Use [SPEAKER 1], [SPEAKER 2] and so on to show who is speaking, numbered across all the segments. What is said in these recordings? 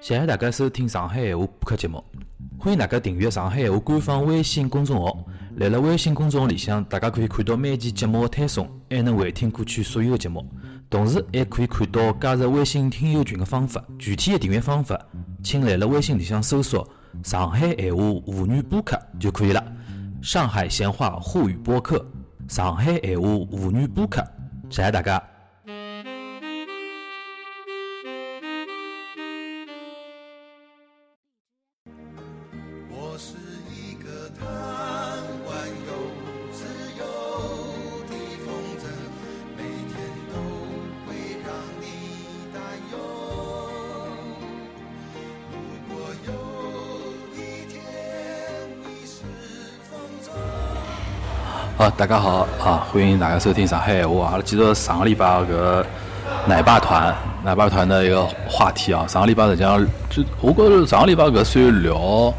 [SPEAKER 1] 谢谢大家收听上海闲话播客节目，欢迎大家订阅上海闲话官方微信公众号。辣辣微信公众号里向，大家可以看到每期节目的推送，还能回听过去所有的节目，同时还可以看到加入微信听友群的方法。具体的订阅方法，请辣辣微信里向搜索“上海闲话沪语播客”就可以了。上海闲话沪语播客，上海闲话沪语播客，谢谢大家。
[SPEAKER 2] 我是一个贪玩又自由的风筝，每天都会让你担忧。如果有一天你是风筝。
[SPEAKER 1] 好，大家好啊！欢迎大家收听上海闲话。阿拉继续上个礼拜搿奶爸团，奶爸团的一个话题啊。上个礼拜实际上，最我觉着上个礼拜搿算聊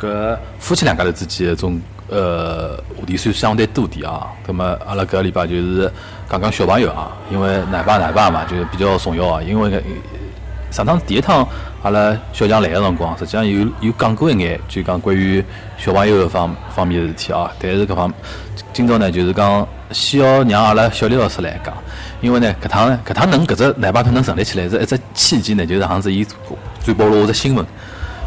[SPEAKER 1] 搿夫妻两家头之间的种呃话题算相对多点啊。葛末阿拉搿个礼拜就是讲讲小朋友啊，因为奶爸奶爸嘛，就是比较重要啊。因为搿上趟第一趟阿拉小强来个辰光，实际上有有讲过一眼，就讲关于小朋友方方面的事体啊。但是搿方今朝呢，就是讲先要让阿拉小李老师来讲，因为呢搿趟呢搿趟能搿只奶爸团能成立起来，是一只契机呢，就是好像是伊传播了我只新闻，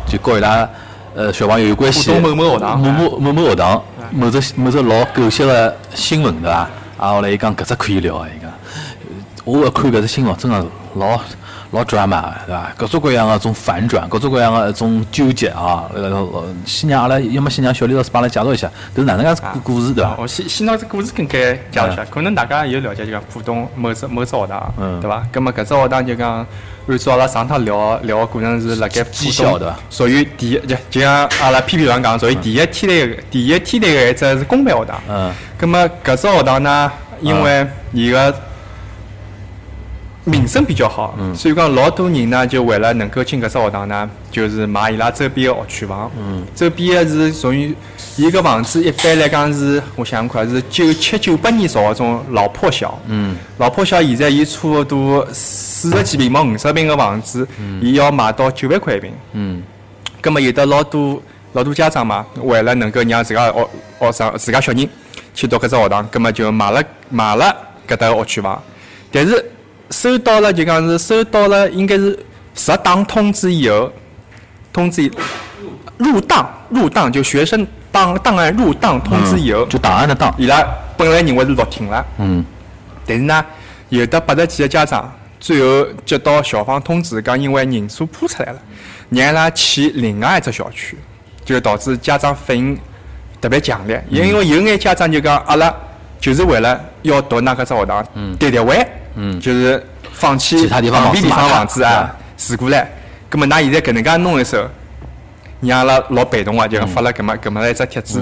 [SPEAKER 1] 就告伊拉呃小朋友有关系
[SPEAKER 3] 浦东某某学堂哎
[SPEAKER 1] 某某某某学堂某只某只老狗血个新闻对伐？啊，后来伊讲搿只可以聊啊，伊讲。我一看搿只新闻，真个老老 drama 的对伐？各种各样个种反转，各种各样个一种纠结啊！呃，老先让阿拉要么先让小李老师帮阿拉介绍一下，搿是哪能介故故事对
[SPEAKER 3] 啊
[SPEAKER 1] 伐？
[SPEAKER 3] 我先先拿只故事跟介讲一下，可能大家有了解就讲浦东某只某只学堂，
[SPEAKER 1] 嗯
[SPEAKER 3] 对伐？葛么搿只学堂就讲，按照阿拉上趟聊啊聊个过程是辣盖浦
[SPEAKER 1] 绩效
[SPEAKER 3] 东
[SPEAKER 1] 对伐
[SPEAKER 3] 属于第一，就就像阿拉 PP 上讲，属于第一梯队个第一梯队个一只是公啊办学堂。
[SPEAKER 1] 嗯
[SPEAKER 3] 葛么搿只学堂呢，因为伊个名声比较好，所以讲老多人呢，就为了能够进搿只学堂呢，就是买伊拉周边个学区房。嗯，周边个是属于伊搿房子一般来讲是，我想看是九七九八年造个种老破小。嗯，老破小现在伊差勿多四十几平毛五十平个房子，伊要卖到九万块一平。
[SPEAKER 1] 嗯
[SPEAKER 3] 葛么有得老多老多家长嘛，为了能够让自家学学生自家小人去读搿只学堂，葛么就买了买了搿搭个学区房，但是收到了就讲是收到了应该是十档通知以后，通知以入档入档就学生档档案入档通知以后，
[SPEAKER 1] 就档案的档，
[SPEAKER 3] 伊拉本来认为是录停了。
[SPEAKER 1] 嗯
[SPEAKER 3] 但是呢，有的八十几个家长最后接到校方通知，讲因为人数铺出来了，让伊拉去另外一只小区，就导致家长反应特别强烈。因为有眼家长就讲，阿拉就是为了要读那个只学堂，对台湾，就是放弃
[SPEAKER 1] 嗯其他嗯地方
[SPEAKER 3] 旁边地
[SPEAKER 1] 房子
[SPEAKER 3] 方
[SPEAKER 1] 买
[SPEAKER 3] 房子
[SPEAKER 1] 了
[SPEAKER 3] 啊，住过来。葛么，㑚现在搿能介弄一手，让阿拉老被动啊，就
[SPEAKER 1] 嗯
[SPEAKER 3] 讲发了搿么搿么一只帖子。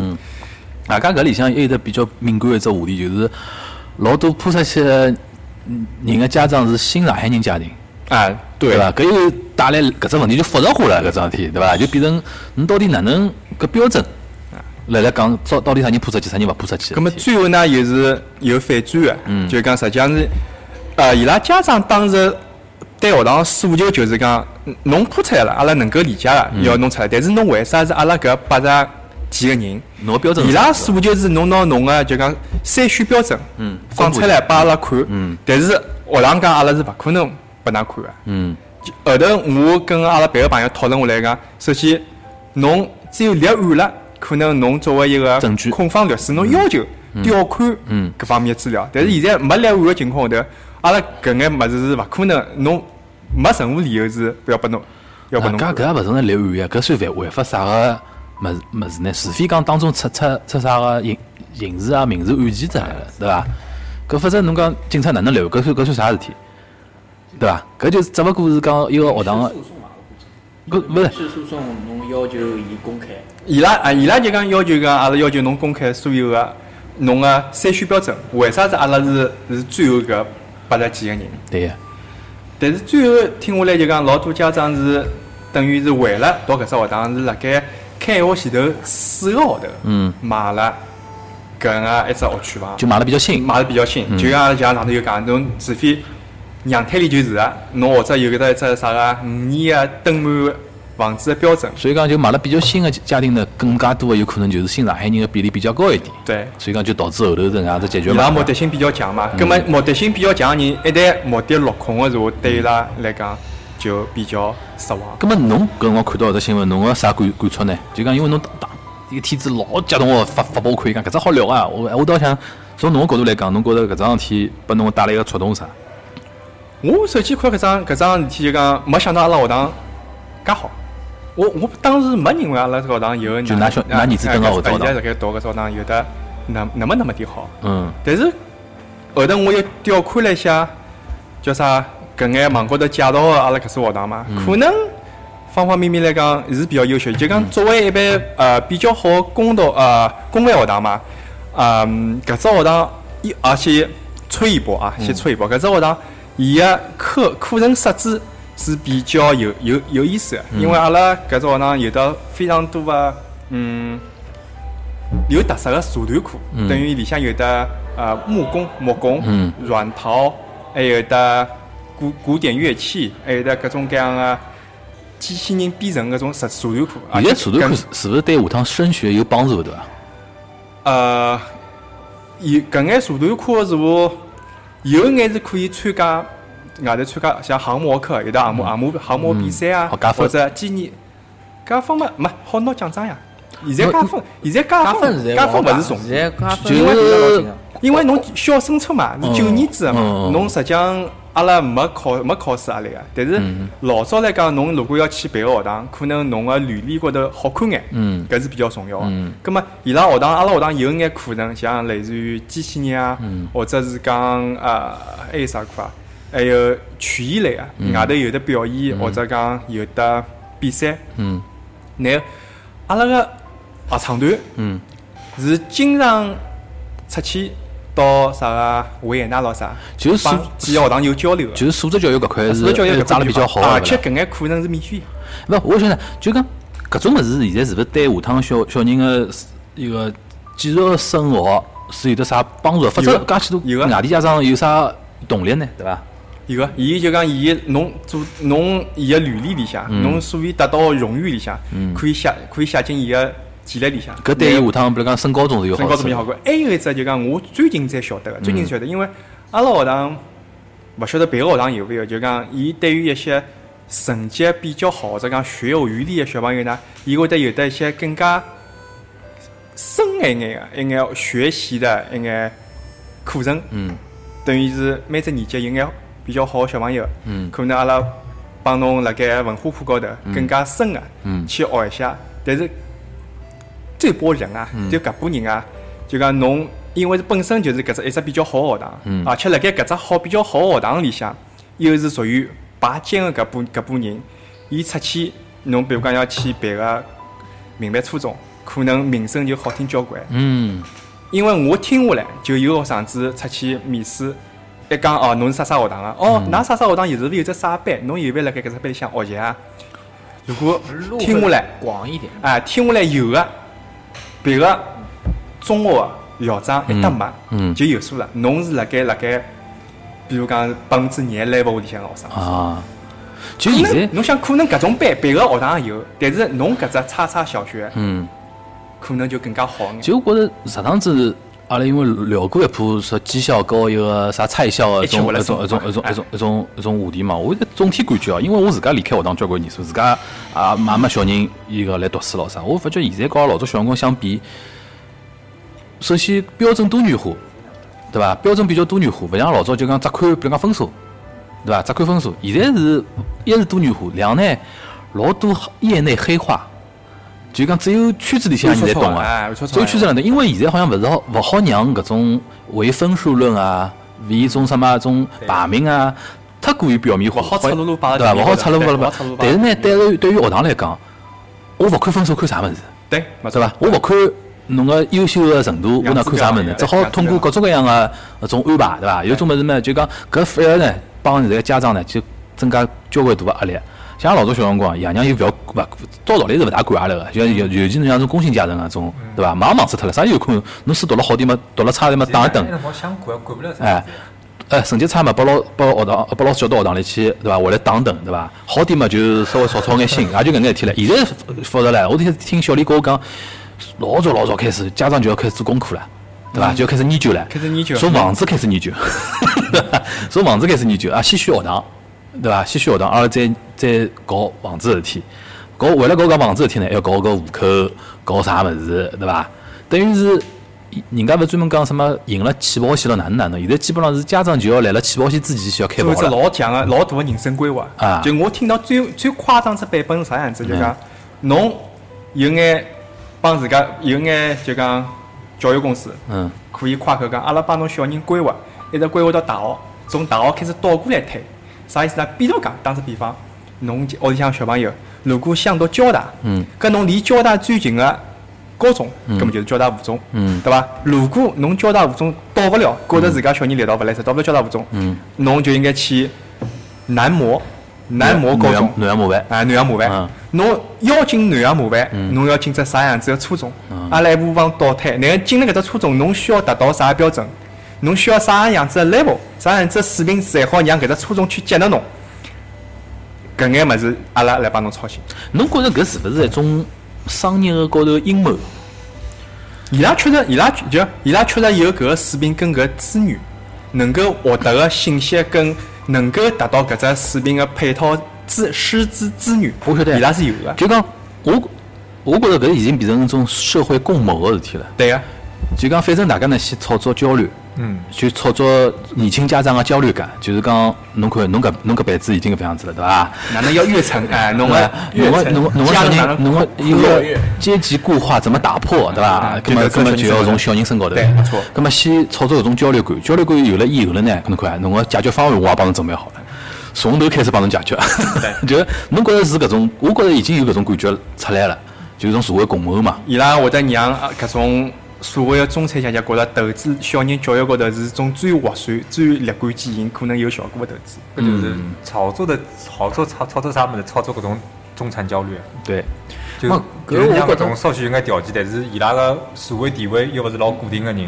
[SPEAKER 1] 外加搿里向还有得比较敏感的一只话题，就是老多扑出去的嗯人的家长是新上海人家庭。
[SPEAKER 3] 啊，对
[SPEAKER 1] 伐？搿又带来搿只问题就复杂化了，搿桩事体，对伐？就变成你到底哪能搿标准来来讲，到到底啥人扑出去，啥人勿扑出去？
[SPEAKER 3] 咁么最后呢，又是有反转个，就是讲实际上是，呃，伊拉家长当时对学堂诉求就是讲，嗯侬铺出来了，阿拉能够理解了，要弄出来，但是侬为啥是阿拉搿八十几个人？
[SPEAKER 1] 侬个标准是
[SPEAKER 3] 伊
[SPEAKER 1] 啥
[SPEAKER 3] 拉
[SPEAKER 1] 子
[SPEAKER 3] 诉求是侬拿侬个就讲筛选标准，
[SPEAKER 1] 嗯
[SPEAKER 3] 放出来拨阿拉看，但是学堂讲阿拉是勿可能拨㑚看个。
[SPEAKER 1] 嗯
[SPEAKER 3] 就后头我跟阿拉别个朋友讨论下来讲，首先侬只有立案了，可能侬作为一个
[SPEAKER 1] 证据
[SPEAKER 3] 控方律师，侬要求调看
[SPEAKER 1] 嗯
[SPEAKER 3] 各方面资料。但是现在没立案的情况下头，阿拉搿眼物事是勿可能，侬没任何理由是不要拨侬，要拨
[SPEAKER 1] 啊
[SPEAKER 3] 侬
[SPEAKER 1] 搿
[SPEAKER 3] 看。
[SPEAKER 1] 搿也勿存在立案呀，搿算违违法啥个物事物事呢？除非讲当中出出出啥个刑刑事啊、民事案件之类的，对伐？搿否则侬讲警察哪能立案？搿算搿算啥事体？对伐？搿就是只勿过是讲一个学
[SPEAKER 4] 啊
[SPEAKER 1] 堂个，
[SPEAKER 5] 呃
[SPEAKER 1] 搿勿是
[SPEAKER 4] 是诉讼，侬要求伊公开，
[SPEAKER 3] 伊拉啊，伊拉就讲要求讲，阿拉要求侬公开所有个侬个筛选标准。为啥是阿拉是是最后搿八十几个人？
[SPEAKER 1] 对呀。
[SPEAKER 3] 但是最后听下来就讲，老多家长是等于是为了读搿只学堂，是辣盖开学前头四个号头，
[SPEAKER 1] 嗯，
[SPEAKER 3] 买了搿能介一只学区房，
[SPEAKER 1] 就买了比较新，嗯
[SPEAKER 3] 买了比较新。就像阿拉前两头有讲，侬除非样态里就是啊，侬或者有搿搭一只啥个五年个登满房子的标准，
[SPEAKER 5] 所以讲就买了比较新的家庭呢，更加多的有可能就是新上海人的比例比较高一点。
[SPEAKER 3] 对
[SPEAKER 5] 所以讲就导致后头这样子解决
[SPEAKER 3] 伊
[SPEAKER 5] 嘛
[SPEAKER 3] 拉。目的性比较强
[SPEAKER 5] 嗯
[SPEAKER 3] 嘛。葛末目的性比较强的人，一旦目的落空的时候，对伊拉来讲就比较失望。
[SPEAKER 5] 咁么侬搿辰光看到搿只新闻，侬个啥感感触呢？就讲因为侬打一个帖子老激动个发发拨我看，讲搿只好聊啊！我我倒想从侬个角度来讲，侬觉着搿桩事体拨侬带来一个触动是啥？
[SPEAKER 3] 我首先看搿桩搿桩事体就讲，没想到阿拉学堂介好。我我当时没认为阿拉学堂有
[SPEAKER 5] 就拿小拿儿子
[SPEAKER 3] 啊
[SPEAKER 5] 登到
[SPEAKER 3] 搿
[SPEAKER 5] 学堂
[SPEAKER 3] 现在辣盖读搿学堂有的那那么那么点好。
[SPEAKER 5] 嗯，
[SPEAKER 3] 但是后头我又调侃了一下，叫啥？搿眼网高头介绍个阿拉搿所学堂嘛，可能方方面面来讲是比较优秀。就讲作为一般呃比较好的公道呃公办学堂嘛，嗯，搿只学堂一而且吹一波啊，先吹一波。搿只学堂伊个课课程设置是比较有有有意思的，因为阿拉搿只学堂有得非常多个嗯。有特色的社团课，等于里向有的呃木工、木工、
[SPEAKER 5] 嗯
[SPEAKER 3] 软陶，还有的古古典乐器，还有的各种各样的机器人编程搿种社社团课。而
[SPEAKER 5] 现
[SPEAKER 3] 且
[SPEAKER 5] 在社团课
[SPEAKER 3] 搿
[SPEAKER 5] 是是勿是对下趟升学有帮助对伐？
[SPEAKER 3] 呃，有搿眼社团课的时候，有眼是可以参加外头参加像航模课，有的航模航模航模比赛啊
[SPEAKER 5] 好嗯哦加，分
[SPEAKER 3] 或者今年加分嘛，没好拿奖章呀。现在加分，现在加
[SPEAKER 4] 加分
[SPEAKER 3] 分，
[SPEAKER 4] 现在
[SPEAKER 3] 加分
[SPEAKER 4] 勿好
[SPEAKER 3] 勿是重点
[SPEAKER 4] 现。在加
[SPEAKER 5] 就
[SPEAKER 4] 分因为现在老紧张
[SPEAKER 3] 因为侬小升初嘛，
[SPEAKER 5] 嗯
[SPEAKER 3] 是九年制的嘛
[SPEAKER 5] 嗯嗯，嗯
[SPEAKER 3] 侬实际上阿拉没考没考试压力个，但是
[SPEAKER 5] 嗯
[SPEAKER 3] 老早来讲，侬如果要去别个学堂，可能侬个履历高头好看眼，
[SPEAKER 5] 嗯
[SPEAKER 3] 搿是比较重要个
[SPEAKER 5] 嗯。
[SPEAKER 3] 葛末伊拉学堂，阿拉学堂有眼课程，像类似于机器人啊，
[SPEAKER 5] 嗯
[SPEAKER 3] 或者是讲呃还有啥课啊，还有曲艺类啊，
[SPEAKER 5] 嗯
[SPEAKER 3] 外头有的表演或者讲有的比赛，
[SPEAKER 5] 嗯
[SPEAKER 3] 那阿拉个合唱团，
[SPEAKER 5] 嗯，
[SPEAKER 3] 啊是经常出去到啥个维也纳咯啥，
[SPEAKER 5] 就是
[SPEAKER 3] 帮几个学堂有交流的，
[SPEAKER 5] 就是素质教育搿块
[SPEAKER 3] 是不
[SPEAKER 5] 是
[SPEAKER 3] 是啊教育搿
[SPEAKER 5] 是抓
[SPEAKER 3] 块啊
[SPEAKER 5] 得比较好的，
[SPEAKER 3] 而且
[SPEAKER 5] 对伐
[SPEAKER 3] 搿眼课程是免费的。
[SPEAKER 5] 勿，我想呢，就讲搿种物事，现在是勿是对下趟小小人个一个继续升学是有得啥帮助？否
[SPEAKER 3] 有
[SPEAKER 5] 则
[SPEAKER 3] 的
[SPEAKER 5] 介许
[SPEAKER 3] 有啊
[SPEAKER 5] 多
[SPEAKER 3] 的
[SPEAKER 5] 外地家长有啥动力呢？对伐？
[SPEAKER 3] 有个，伊就讲伊侬做侬伊个履历里向，
[SPEAKER 5] 嗯
[SPEAKER 3] 侬所谓得到的荣誉里向，可以写可以写进伊个简历里向。
[SPEAKER 5] 搿对于下趟，比如讲升高中是有好
[SPEAKER 3] 身啊高
[SPEAKER 5] 处的。嗯
[SPEAKER 3] 怎么样好过？还有一只就讲我最近才晓得个，最近才晓得，因为阿拉学堂勿晓得别个学堂有勿有，就讲伊对于一些成绩比较好或者讲学有余力的小朋友呢，伊会得有得一些更加深一眼的一眼学习的一眼课程。
[SPEAKER 5] 嗯
[SPEAKER 3] 等于是每只年级有眼比较好的小朋友，
[SPEAKER 5] 嗯
[SPEAKER 3] 可能阿拉帮侬辣盖文化课高头更加深个、
[SPEAKER 5] 嗯
[SPEAKER 3] 去学一下。但是这波人啊，
[SPEAKER 5] 嗯
[SPEAKER 3] 就搿波人啊，就讲侬因为是本身就是搿只一只比较好个学堂，
[SPEAKER 5] 嗯
[SPEAKER 3] 而且辣盖搿只好比较好个学堂里向，又是属于拔尖个搿波搿波人，伊出去侬比如讲要去别个民办初中，可能名声就好听交关。
[SPEAKER 5] 嗯，
[SPEAKER 3] 因为我听下来就有学生子出去面试，一讲哦，侬是啥啥学堂啊？哦，
[SPEAKER 5] 嗯
[SPEAKER 3] 㑚啥啥学堂有是勿是有只啥班？侬有勿有辣盖搿只班里向学习啊？如果
[SPEAKER 4] 路
[SPEAKER 3] 听下来，
[SPEAKER 4] 广一点，
[SPEAKER 3] 啊，听下来有个别个中学的校长一搭嘛，
[SPEAKER 5] 嗯嗯
[SPEAKER 3] 就有数了。侬是辣盖辣盖，比如讲百分之廿 level 里向个学生。
[SPEAKER 5] 啊，就
[SPEAKER 3] 可
[SPEAKER 5] 现
[SPEAKER 3] 能
[SPEAKER 5] 在，
[SPEAKER 3] 侬想，可能搿种班别个学堂也有，但是侬搿只叉叉小学
[SPEAKER 5] 嗯，
[SPEAKER 3] 可能就更加好眼。
[SPEAKER 5] 就我觉着上趟子阿拉因为聊过一部说绩效高一个啥菜校啊，一
[SPEAKER 3] 一起
[SPEAKER 5] 种
[SPEAKER 3] 哎回来
[SPEAKER 5] 一种一
[SPEAKER 3] 送
[SPEAKER 5] 种一种一种一种一种话题嘛。我总体感觉啊，因为我自家离开学堂交关年数，自家也也没小人伊个来读书咯啥，我发觉现在跟老早小辰光相比，首先标准多元化，对伐？标准比较多元化，勿像老早就讲只看，比如讲分数，对伐？只看分数，现在是一是多元化，两呢老多业内黑话，就讲只有圈子里向人才
[SPEAKER 3] 乱
[SPEAKER 5] 懂
[SPEAKER 3] 七八糟
[SPEAKER 5] 啊
[SPEAKER 3] 哎，
[SPEAKER 5] 只有圈子里向，因为现在好像勿是好勿好让搿种唯分数论啊，唯种什么种排名啊，太过于表面化，
[SPEAKER 3] 勿好赤裸裸摆辣
[SPEAKER 5] 对伐？勿好赤裸
[SPEAKER 3] 对
[SPEAKER 5] 裸
[SPEAKER 3] 勿好
[SPEAKER 5] 摆
[SPEAKER 3] 赤裸裸，摆
[SPEAKER 5] 但是呢，对于对于学堂来讲，我勿看分数看啥物事？
[SPEAKER 3] 对，没错
[SPEAKER 5] 对伐？我勿看侬个优秀个程度，我
[SPEAKER 3] 样
[SPEAKER 5] 哪
[SPEAKER 3] 子
[SPEAKER 5] 看啥物
[SPEAKER 3] 表
[SPEAKER 5] 事
[SPEAKER 3] 扬？
[SPEAKER 5] 只
[SPEAKER 6] 啊
[SPEAKER 5] 好
[SPEAKER 3] 样子
[SPEAKER 5] 通过
[SPEAKER 3] 表扬
[SPEAKER 5] 各种各样个搿种安排，对伐？有种物事呢，就讲搿反而呢，帮现在家长呢，就增加交关大个压力。像老早小辰光，爷娘又勿要勿照道理是勿大管阿拉个，
[SPEAKER 6] 嗯
[SPEAKER 5] 像尤尤其侬像种工薪阶层啊，种对
[SPEAKER 6] 啊
[SPEAKER 5] 伐？忙忙死脱了，啥有空？侬书读了好点嘛，读了差点嘛，打一顿
[SPEAKER 6] 那。辰光想管管不了啥
[SPEAKER 5] 哎
[SPEAKER 6] 事体，，啊
[SPEAKER 5] 哎，成绩差嘛，拨老拨学堂，拨老师叫到学堂里去，对伐？回来打等，对伐？好点嘛，就稍微少操眼心，也就搿眼事体了。现在复杂了，我听听小李跟我讲，老早老早开始，家长就要开始做功课了，对伐？就要开始研究了，
[SPEAKER 3] 嗯开始研究
[SPEAKER 5] 从房子开始研究， 对伐从房子开始研究啊，先选学堂，对伐？先选学堂，阿拉再再搞房子的事体。搞为了搞搿房子事体呢，还要搞个户口，搞啥物事，对伐？等于是人家勿是专门讲什么赢了起跑线了哪能哪能，现在基本上是家长就要来了起跑线之前就要开
[SPEAKER 3] 做一只
[SPEAKER 5] 跑了。
[SPEAKER 3] 老强个、老大个人生规划。
[SPEAKER 5] 啊嗯
[SPEAKER 3] 就我听到最最夸张只版本是啥样子？就讲侬有眼帮自家有眼就讲教育公司
[SPEAKER 5] 嗯，
[SPEAKER 3] 可以夸口讲，阿拉帮侬小人规划，一直规划到大学，从大学开始倒过来推。啥意思呢？比如讲，打只比方，侬家屋里向小朋友如果想读交大，
[SPEAKER 5] 嗯，
[SPEAKER 3] 搿侬离交大最近个高中，搿么就是交大附中，
[SPEAKER 5] 嗯
[SPEAKER 3] 对伐？如果侬交大附中到勿了，觉着自家小人力道勿来塞，到勿了交大附中，
[SPEAKER 5] 嗯，
[SPEAKER 3] 侬就应该去南模，南模高中，
[SPEAKER 5] 南阳模范，
[SPEAKER 3] 啊，南洋模
[SPEAKER 5] 嗯
[SPEAKER 3] 范，侬要进南洋模范，侬要进只啥样子个初中？
[SPEAKER 5] 啊
[SPEAKER 3] 啊阿拉一步帮倒推，然后进了搿只初中，侬需要达到啥标准？侬需要啥样子个 level？啥样子个水平才好让搿只初中去接纳侬？搿眼物事，阿拉来帮侬操心。
[SPEAKER 5] 侬觉着搿是勿是一种商业的高头阴谋？
[SPEAKER 3] 伊拉确实，伊拉就伊拉确实有搿个水平跟搿个资源，能够获得个信息跟能够达到搿只水平个配套资师资资源，
[SPEAKER 5] 我晓得
[SPEAKER 3] 伊拉是有个。
[SPEAKER 5] 就讲我，我觉着搿已经变成一种社会共谋个事体了。
[SPEAKER 3] 对个，
[SPEAKER 5] 就讲反正大家呢先炒作焦虑，
[SPEAKER 3] 嗯，
[SPEAKER 5] 就炒作年轻家长个焦虑感，就是讲侬看侬搿侬搿辈子已经搿副样子了，对伐？
[SPEAKER 3] 哪能要跃层？哎，侬个跃
[SPEAKER 5] 侬个
[SPEAKER 3] 层，
[SPEAKER 5] 侬个侬个
[SPEAKER 3] 家
[SPEAKER 5] 小
[SPEAKER 3] 长哪
[SPEAKER 5] 人，
[SPEAKER 3] 能
[SPEAKER 5] 侬个一个阶级固化怎么打破，对伐
[SPEAKER 3] 嗯？
[SPEAKER 5] 搿么
[SPEAKER 3] 这
[SPEAKER 5] 搿
[SPEAKER 3] 个
[SPEAKER 5] 么
[SPEAKER 3] 是
[SPEAKER 5] 就要从小人身高头。
[SPEAKER 3] 对没错
[SPEAKER 5] 搿么先炒作搿种焦虑感，焦虑感有了以后了呢，侬看侬个解决方案我也帮侬准备好了，从头开始帮侬解决。 就是侬觉着是搿种，我觉着已经有搿种感觉出来了，就是种社会共谋嘛。
[SPEAKER 3] 伊拉会得让啊搿种所谓的中产阶级觉着投资小人教育高头是种最划算、最立竿见影、可能有效果的投资。
[SPEAKER 7] 搿就是
[SPEAKER 5] 嗯
[SPEAKER 7] 炒作的炒作炒炒作啥物事？炒作搿种中产焦虑，
[SPEAKER 5] 对，
[SPEAKER 7] 就
[SPEAKER 5] 没
[SPEAKER 7] 就
[SPEAKER 5] 搿
[SPEAKER 7] 是
[SPEAKER 5] 我
[SPEAKER 7] 让
[SPEAKER 5] 觉得
[SPEAKER 7] 搿种稍许有眼条件，但是伊拉个社会地位又勿是老固定个人，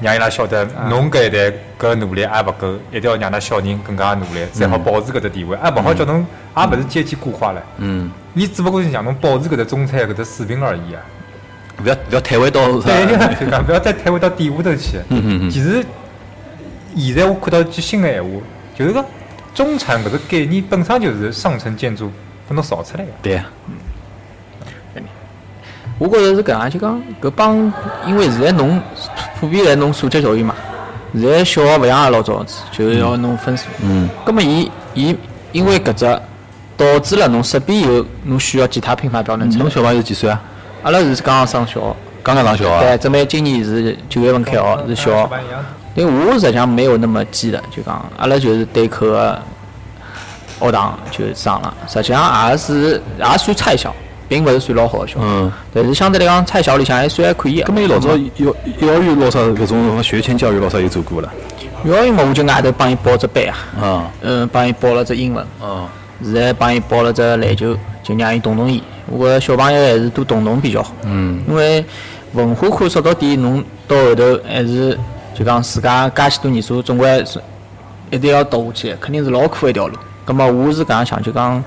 [SPEAKER 7] 让伊拉晓得
[SPEAKER 5] 啊
[SPEAKER 7] 侬搿一代搿努力还勿够，一定要让㑚小人更加努力，才好保持搿只地位。还啊勿好叫侬，也勿是阶级固化唻。
[SPEAKER 5] 嗯，
[SPEAKER 7] 伊只不过是让侬保持搿只中产搿只水平而已啊。
[SPEAKER 5] 勿要勿要退回到啥？
[SPEAKER 7] 对呀， 就讲不要再退回到底下头去。
[SPEAKER 5] 嗯嗯嗯
[SPEAKER 7] 其实现在我看到一句新的闲话，就是讲中产搿个概念本身就是上层建筑拨侬造出来的。
[SPEAKER 5] 对，
[SPEAKER 4] 我觉着是搿样，就讲搿帮，因为现在侬普遍来侬素质教育嘛，现在小学勿像老早子，就是要弄分数。
[SPEAKER 5] 嗯。
[SPEAKER 4] 葛末伊伊因为搿只导致了侬势必有侬需要其他评判标准出
[SPEAKER 5] 侬
[SPEAKER 4] 来。
[SPEAKER 5] 小朋友几岁啊？
[SPEAKER 4] 阿拉是刚刚上小学，
[SPEAKER 5] 刚刚上小学啊
[SPEAKER 4] 对，？准备今年是九月份开学，是小学。因为我实际上没有那么记得，就讲阿拉就是对口个学堂就上了，实际上也是也算菜校，并勿是算老好个学校。
[SPEAKER 5] 嗯。
[SPEAKER 4] 但是相对来讲，菜校里向还算还可以
[SPEAKER 5] 咁
[SPEAKER 4] 个。
[SPEAKER 5] 么伊老早幼幼儿园老啥搿种什么学前教育老啥有做过了？
[SPEAKER 4] 幼儿园嘛，我就外头帮伊报只班啊，
[SPEAKER 5] 啊
[SPEAKER 4] 嗯，帮伊报了只英文，
[SPEAKER 3] 哦
[SPEAKER 5] 啊
[SPEAKER 4] 现在帮伊报了只篮球，就让伊动动伊。我觉着小朋友还是多动动比较好。嗯。因为文化课说到底，侬到后头还是就讲自家介许多年数，总归是一定要读下去的，肯定是老苦一条路。葛么我是搿样想，就讲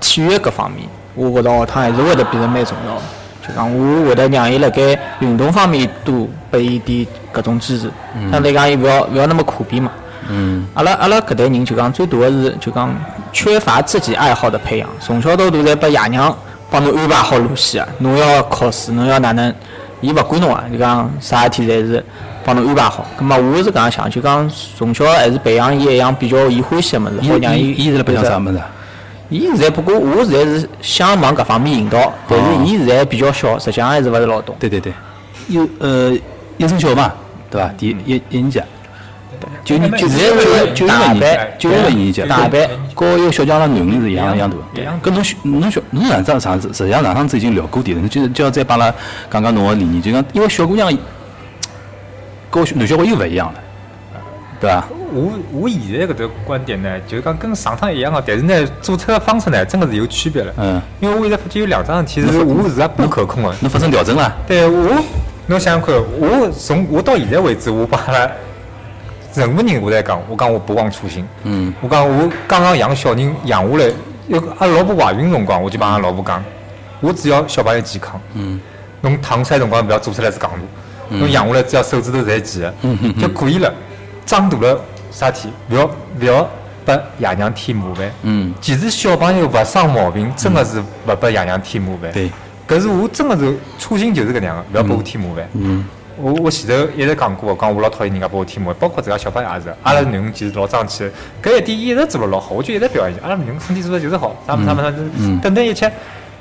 [SPEAKER 4] 体育搿方面，我觉着学堂还是会得变得蛮重要的。就讲我会得让伊辣盖运动方面多拨伊点搿种支持，相对讲伊勿要勿要那么苦逼嘛。嗯。阿拉阿拉搿代人就讲最大个是就讲缺乏自己爱好的培养，从小到大侪拨爷娘帮侬安排好路线啊，侬要考试，侬要哪能，伊勿管侬啊，就讲啥事体侪是帮侬安排好。葛末我是搿样想，就讲从小还是培养伊一样比较伊欢喜个物事，
[SPEAKER 5] 伊
[SPEAKER 4] 好让伊
[SPEAKER 5] 伊伊是辣白相
[SPEAKER 4] 有只
[SPEAKER 5] 啥物事啊？
[SPEAKER 4] 伊现在不过我现在是想往搿方面引导，但是伊现在比较小，实际上还是勿是老懂。
[SPEAKER 5] 哦对对对，幼呃幼升小学嘛，对伐？第一一年级，
[SPEAKER 4] 九年九
[SPEAKER 5] 现在
[SPEAKER 4] 现在
[SPEAKER 5] 是
[SPEAKER 4] 是
[SPEAKER 5] 九
[SPEAKER 4] 大
[SPEAKER 5] 六
[SPEAKER 4] 班
[SPEAKER 5] 年级，，九六年级，
[SPEAKER 4] 大班。
[SPEAKER 5] 跟一个小强的囡恩是一样一样大。
[SPEAKER 7] 一样
[SPEAKER 5] 搿侬小侬小侬哪桩上次实际上上趟子已经聊过点了，侬今就要再帮阿拉讲讲侬个理念，就讲因为小姑娘，跟我小男小孩又勿一样了，对伐？
[SPEAKER 7] 我我现在搿个观点呢，就是讲跟上趟一样哦，但是呢，做出的方式呢，真的是有区别了。
[SPEAKER 5] 嗯，
[SPEAKER 7] 因为我现在发觉有两桩事体是我自家不可控的。
[SPEAKER 5] 侬发生调整了，
[SPEAKER 7] 对我，侬想想看，我从我到现在为止，我帮阿拉任何人我来讲，我讲我不忘初心。嗯，我讲我刚刚养小人养下来，有阿拉老婆怀孕辰光，我就帮阿拉老婆讲，我只要小朋友健康。嗯，侬躺出来辰光不要做出来是戆大，侬养下来只要手指头侪齐的就可以了。长大了啥体不要不要拨爷娘添麻烦。
[SPEAKER 5] 嗯，
[SPEAKER 7] 其实小朋友勿生毛病，真的是勿拨爷娘添麻烦。
[SPEAKER 5] 对，
[SPEAKER 7] 搿是我真的是初心就是搿能样的，勿要拨我添麻烦。嗯嗯，我我前头一直讲过，讲我老讨厌人家拨我添麻烦，包括自家小朋友也是。阿拉囡恩其实老争气，搿一点一直做了老好，我就一直表扬伊。阿拉囡恩身体素质就是好，啥么啥么啥么，等等一切，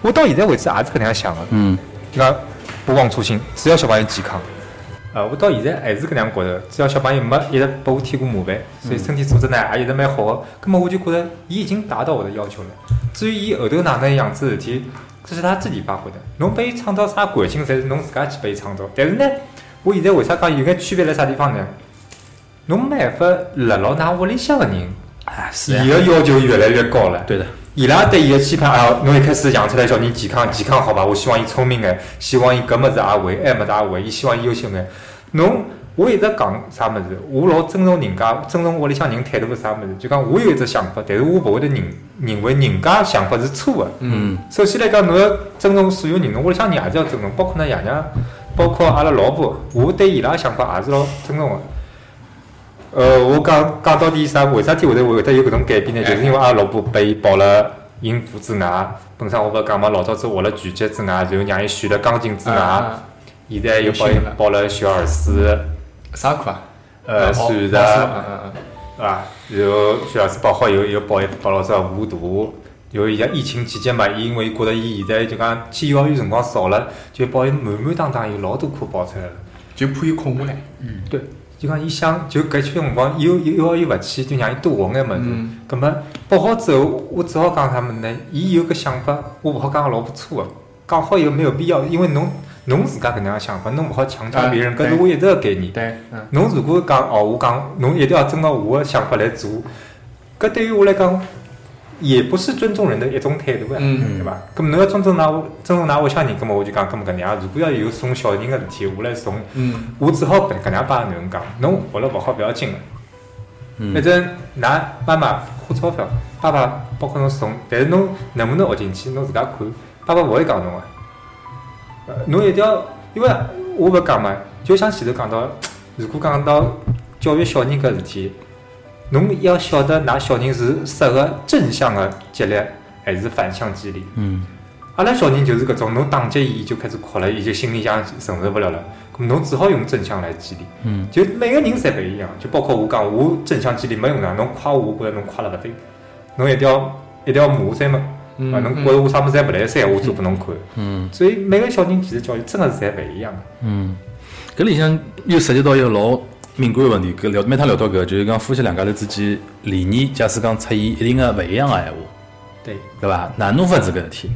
[SPEAKER 7] 我到现在为止也是搿能样想的。
[SPEAKER 5] 嗯，
[SPEAKER 7] 那不忘初心，只要小朋友健康。呃，我到现在还是搿能样觉着，只要小朋友没一直拨我添过麻烦，所以身体素质呢也一直蛮好个，葛末我就觉着伊已经达到我的要求了。至于伊后头哪能样子事体，这是他自己发挥的，侬拨伊创造啥环境，侪是侬自家去拨伊创造。但是呢，我现在为啥讲有眼区别辣啥地方呢？侬没办法辣牢㑚屋里向个人，
[SPEAKER 3] 啊
[SPEAKER 5] 哎，是呀
[SPEAKER 7] 伊个要求越来越高了。
[SPEAKER 5] 对的，
[SPEAKER 7] 伊拉对伊个期盼啊，侬一开始养出来小人健康健康好吧，我希望伊聪明眼，希望伊搿物事也会，哎埃物事也会，伊希望伊优秀眼。侬我一直讲啥物事，我老尊重人家，尊重屋里向人态度是啥物事，就讲我有一只想法，但是我勿会得认认为人家想法是错的。
[SPEAKER 5] 嗯，
[SPEAKER 7] 首先来讲，侬要尊重所有人，侬屋里向人也是要尊重，包括㑚爷娘，包括阿拉老婆，我对伊拉想法也是老尊重的。呃，我讲讲到底啥？为啥体会得会得有搿种改变呢？就是因为阿拉老婆拨伊报了音符之外，本身我勿讲嘛，老早子学了拳击之外，然后让伊选了钢琴之外，
[SPEAKER 3] 啊
[SPEAKER 7] 现在啊又帮伊报了学而思，
[SPEAKER 3] 啥课啊？
[SPEAKER 7] 呃，
[SPEAKER 3] 哦
[SPEAKER 7] 算
[SPEAKER 3] 哦是
[SPEAKER 7] 术。
[SPEAKER 3] 嗯嗯嗯，
[SPEAKER 7] 啊，然后徐老师报好以后，又报报了啥舞蹈，然后现在疫情期间嘛，伊因为觉得伊现在就讲去幼儿园辰光少了，就报伊满满当当有老多课报出来了。
[SPEAKER 3] 就怕伊空下来。
[SPEAKER 7] 对，就讲伊想就搿圈辰光，幼幼幼儿园勿去，就让伊多学眼物事。葛末报好之后，我只好讲啥物事呢？伊有搿想法，我勿好讲老婆错个，讲好以后没有必要，因为侬侬自家搿能样想法，侬勿好强加别人，搿是我一直个概念。
[SPEAKER 3] 对，嗯，
[SPEAKER 7] 侬如果讲哦，我讲侬一定要遵照我的想法来做，搿对于我来讲，也不是尊重人的一种态度呀，啊
[SPEAKER 3] 嗯
[SPEAKER 7] 对伐？咁侬要尊重㑚屋，尊重㑚屋里向人，咁么我就讲，咁么搿能样，如果要有送小人个事体，我来送，
[SPEAKER 3] 嗯，
[SPEAKER 7] 我只好搿搿能样帮囡恩讲，侬活了勿好勿要紧个，
[SPEAKER 3] 嗯
[SPEAKER 7] 反正㑚妈妈花钞票，爸爸包括侬送，但是侬能不能学进去，侬自家看，爸爸勿会讲侬个。呃侬一定要，因为我勿讲嘛，就像前头讲到，如果讲到教育小人搿事体，侬要晓得㑚小人是适合正向个激励，还是反向激励。
[SPEAKER 5] 嗯，
[SPEAKER 7] 阿拉小人就是搿种，侬打击伊，伊就开始哭了，伊就心里向承受勿了了。咾侬只好用正向来激励。
[SPEAKER 5] 嗯，
[SPEAKER 7] 就每个人侪勿一样，就包括我讲，我正向激励没用场，侬夸我，我觉着侬夸了勿对，侬一定要一定要骂我三嘛。
[SPEAKER 3] 嗯
[SPEAKER 7] 啊，侬觉着我啥物事侪勿来三，我做拨侬看。
[SPEAKER 5] 嗯
[SPEAKER 7] 所以每个小人其实教育真的是侪勿一样的。
[SPEAKER 5] 嗯，搿里向又涉及到一个老敏感个问题，搿聊每趟聊到搿，就是讲夫妻两家头之间理念，假使讲出现一定个勿一样个闲话，
[SPEAKER 7] 对，
[SPEAKER 5] 对伐？哪弄法子搿事体？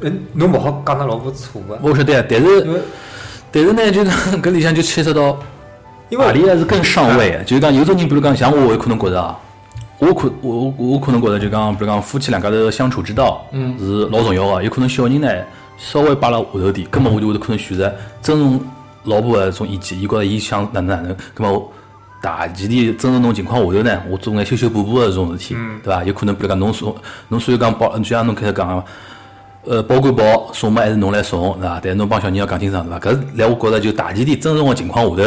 [SPEAKER 7] 嗯，侬勿好讲㑚老婆错个，
[SPEAKER 5] 我晓得啊，但
[SPEAKER 7] 因为
[SPEAKER 5] 是但是呢，就是讲 搿里向就牵涉到
[SPEAKER 7] 因
[SPEAKER 5] 阿里
[SPEAKER 7] 为啊
[SPEAKER 5] 还是更上位啊的，就是讲有种人，比如讲像我，我有可能觉着啊，我可我我我可能觉着就讲，比如讲夫妻两家头的相处之道，嗯，是老重要的。有可能小人呢稍微摆辣下头点，葛
[SPEAKER 7] 嗯
[SPEAKER 5] 么我就会得可能选择尊重老婆啊的种意见，伊觉着伊想哪能哪能，葛么大前提尊重侬情况下头呢，我做眼修修补补啊的这种事体，
[SPEAKER 7] 嗯
[SPEAKER 5] 对伐？有可能比如讲侬送侬虽然讲包，就像侬开始讲啊个。呃，包管包送么还是侬来送，对伐？但是侬帮小人要讲清爽，对伐？搿是来我觉着就大前提尊重个情况下头，
[SPEAKER 7] 对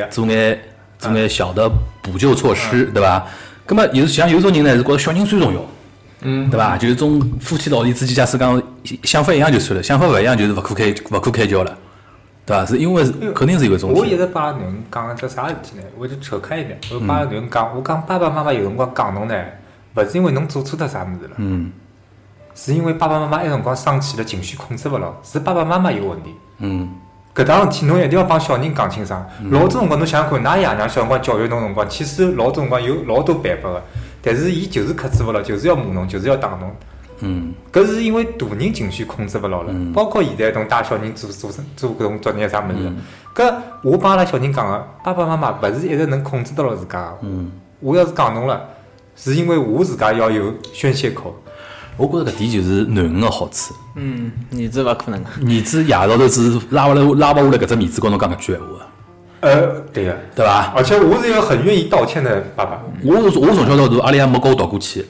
[SPEAKER 7] 个嗯
[SPEAKER 5] 做眼做眼小的补救措施，对伐？葛么有像有种人呢，是觉着小人最重要，嗯，对伐？就是种夫妻道理之间，假使讲想法一样就算了，想法勿一样就是勿可开勿可开交了，对伐？是因为是肯定是有搿种
[SPEAKER 7] 哎我
[SPEAKER 5] 事
[SPEAKER 7] 一
[SPEAKER 5] 体，
[SPEAKER 7] 直帮囡恩讲只啥事体呢？我就扯开一点，我帮囡恩讲，我讲爸爸妈妈有辰光讲侬呢，勿是因为侬做错脱啥物事了，
[SPEAKER 5] 嗯
[SPEAKER 7] 是因为爸爸妈妈埃辰光生气了，情绪控制勿牢，是爸爸妈妈有问题。
[SPEAKER 5] 嗯
[SPEAKER 7] 搿桩事体侬一定要帮小人讲清爽。老早辰光侬想想看，㑚爷娘小辰光教育侬辰光，其实老早辰光有老多办法个，但是伊就是克制勿牢，就是要骂侬，就是要打侬。
[SPEAKER 5] 嗯
[SPEAKER 7] 搿是因为大人情绪控制勿牢了，包括现在侬带小人做做做搿种作业啥物
[SPEAKER 5] 嗯
[SPEAKER 7] 事，搿我帮阿拉小人讲个，爸爸妈妈勿是一直能控制得牢自家。
[SPEAKER 5] 嗯，
[SPEAKER 7] 我要是讲侬了，是因为我自家要有宣泄口。
[SPEAKER 5] 我觉着搿点就是囡恩个好处，
[SPEAKER 4] 嗯，儿子勿可能。
[SPEAKER 5] 儿子夜到头只是拉勿来拉勿下来搿只面子，跟侬讲搿句闲话的。
[SPEAKER 7] 呃，对个，
[SPEAKER 5] 对伐？
[SPEAKER 7] 而且我是一个很愿意道歉的爸爸，
[SPEAKER 5] 我我从小到大，阿里也没跟我道过歉，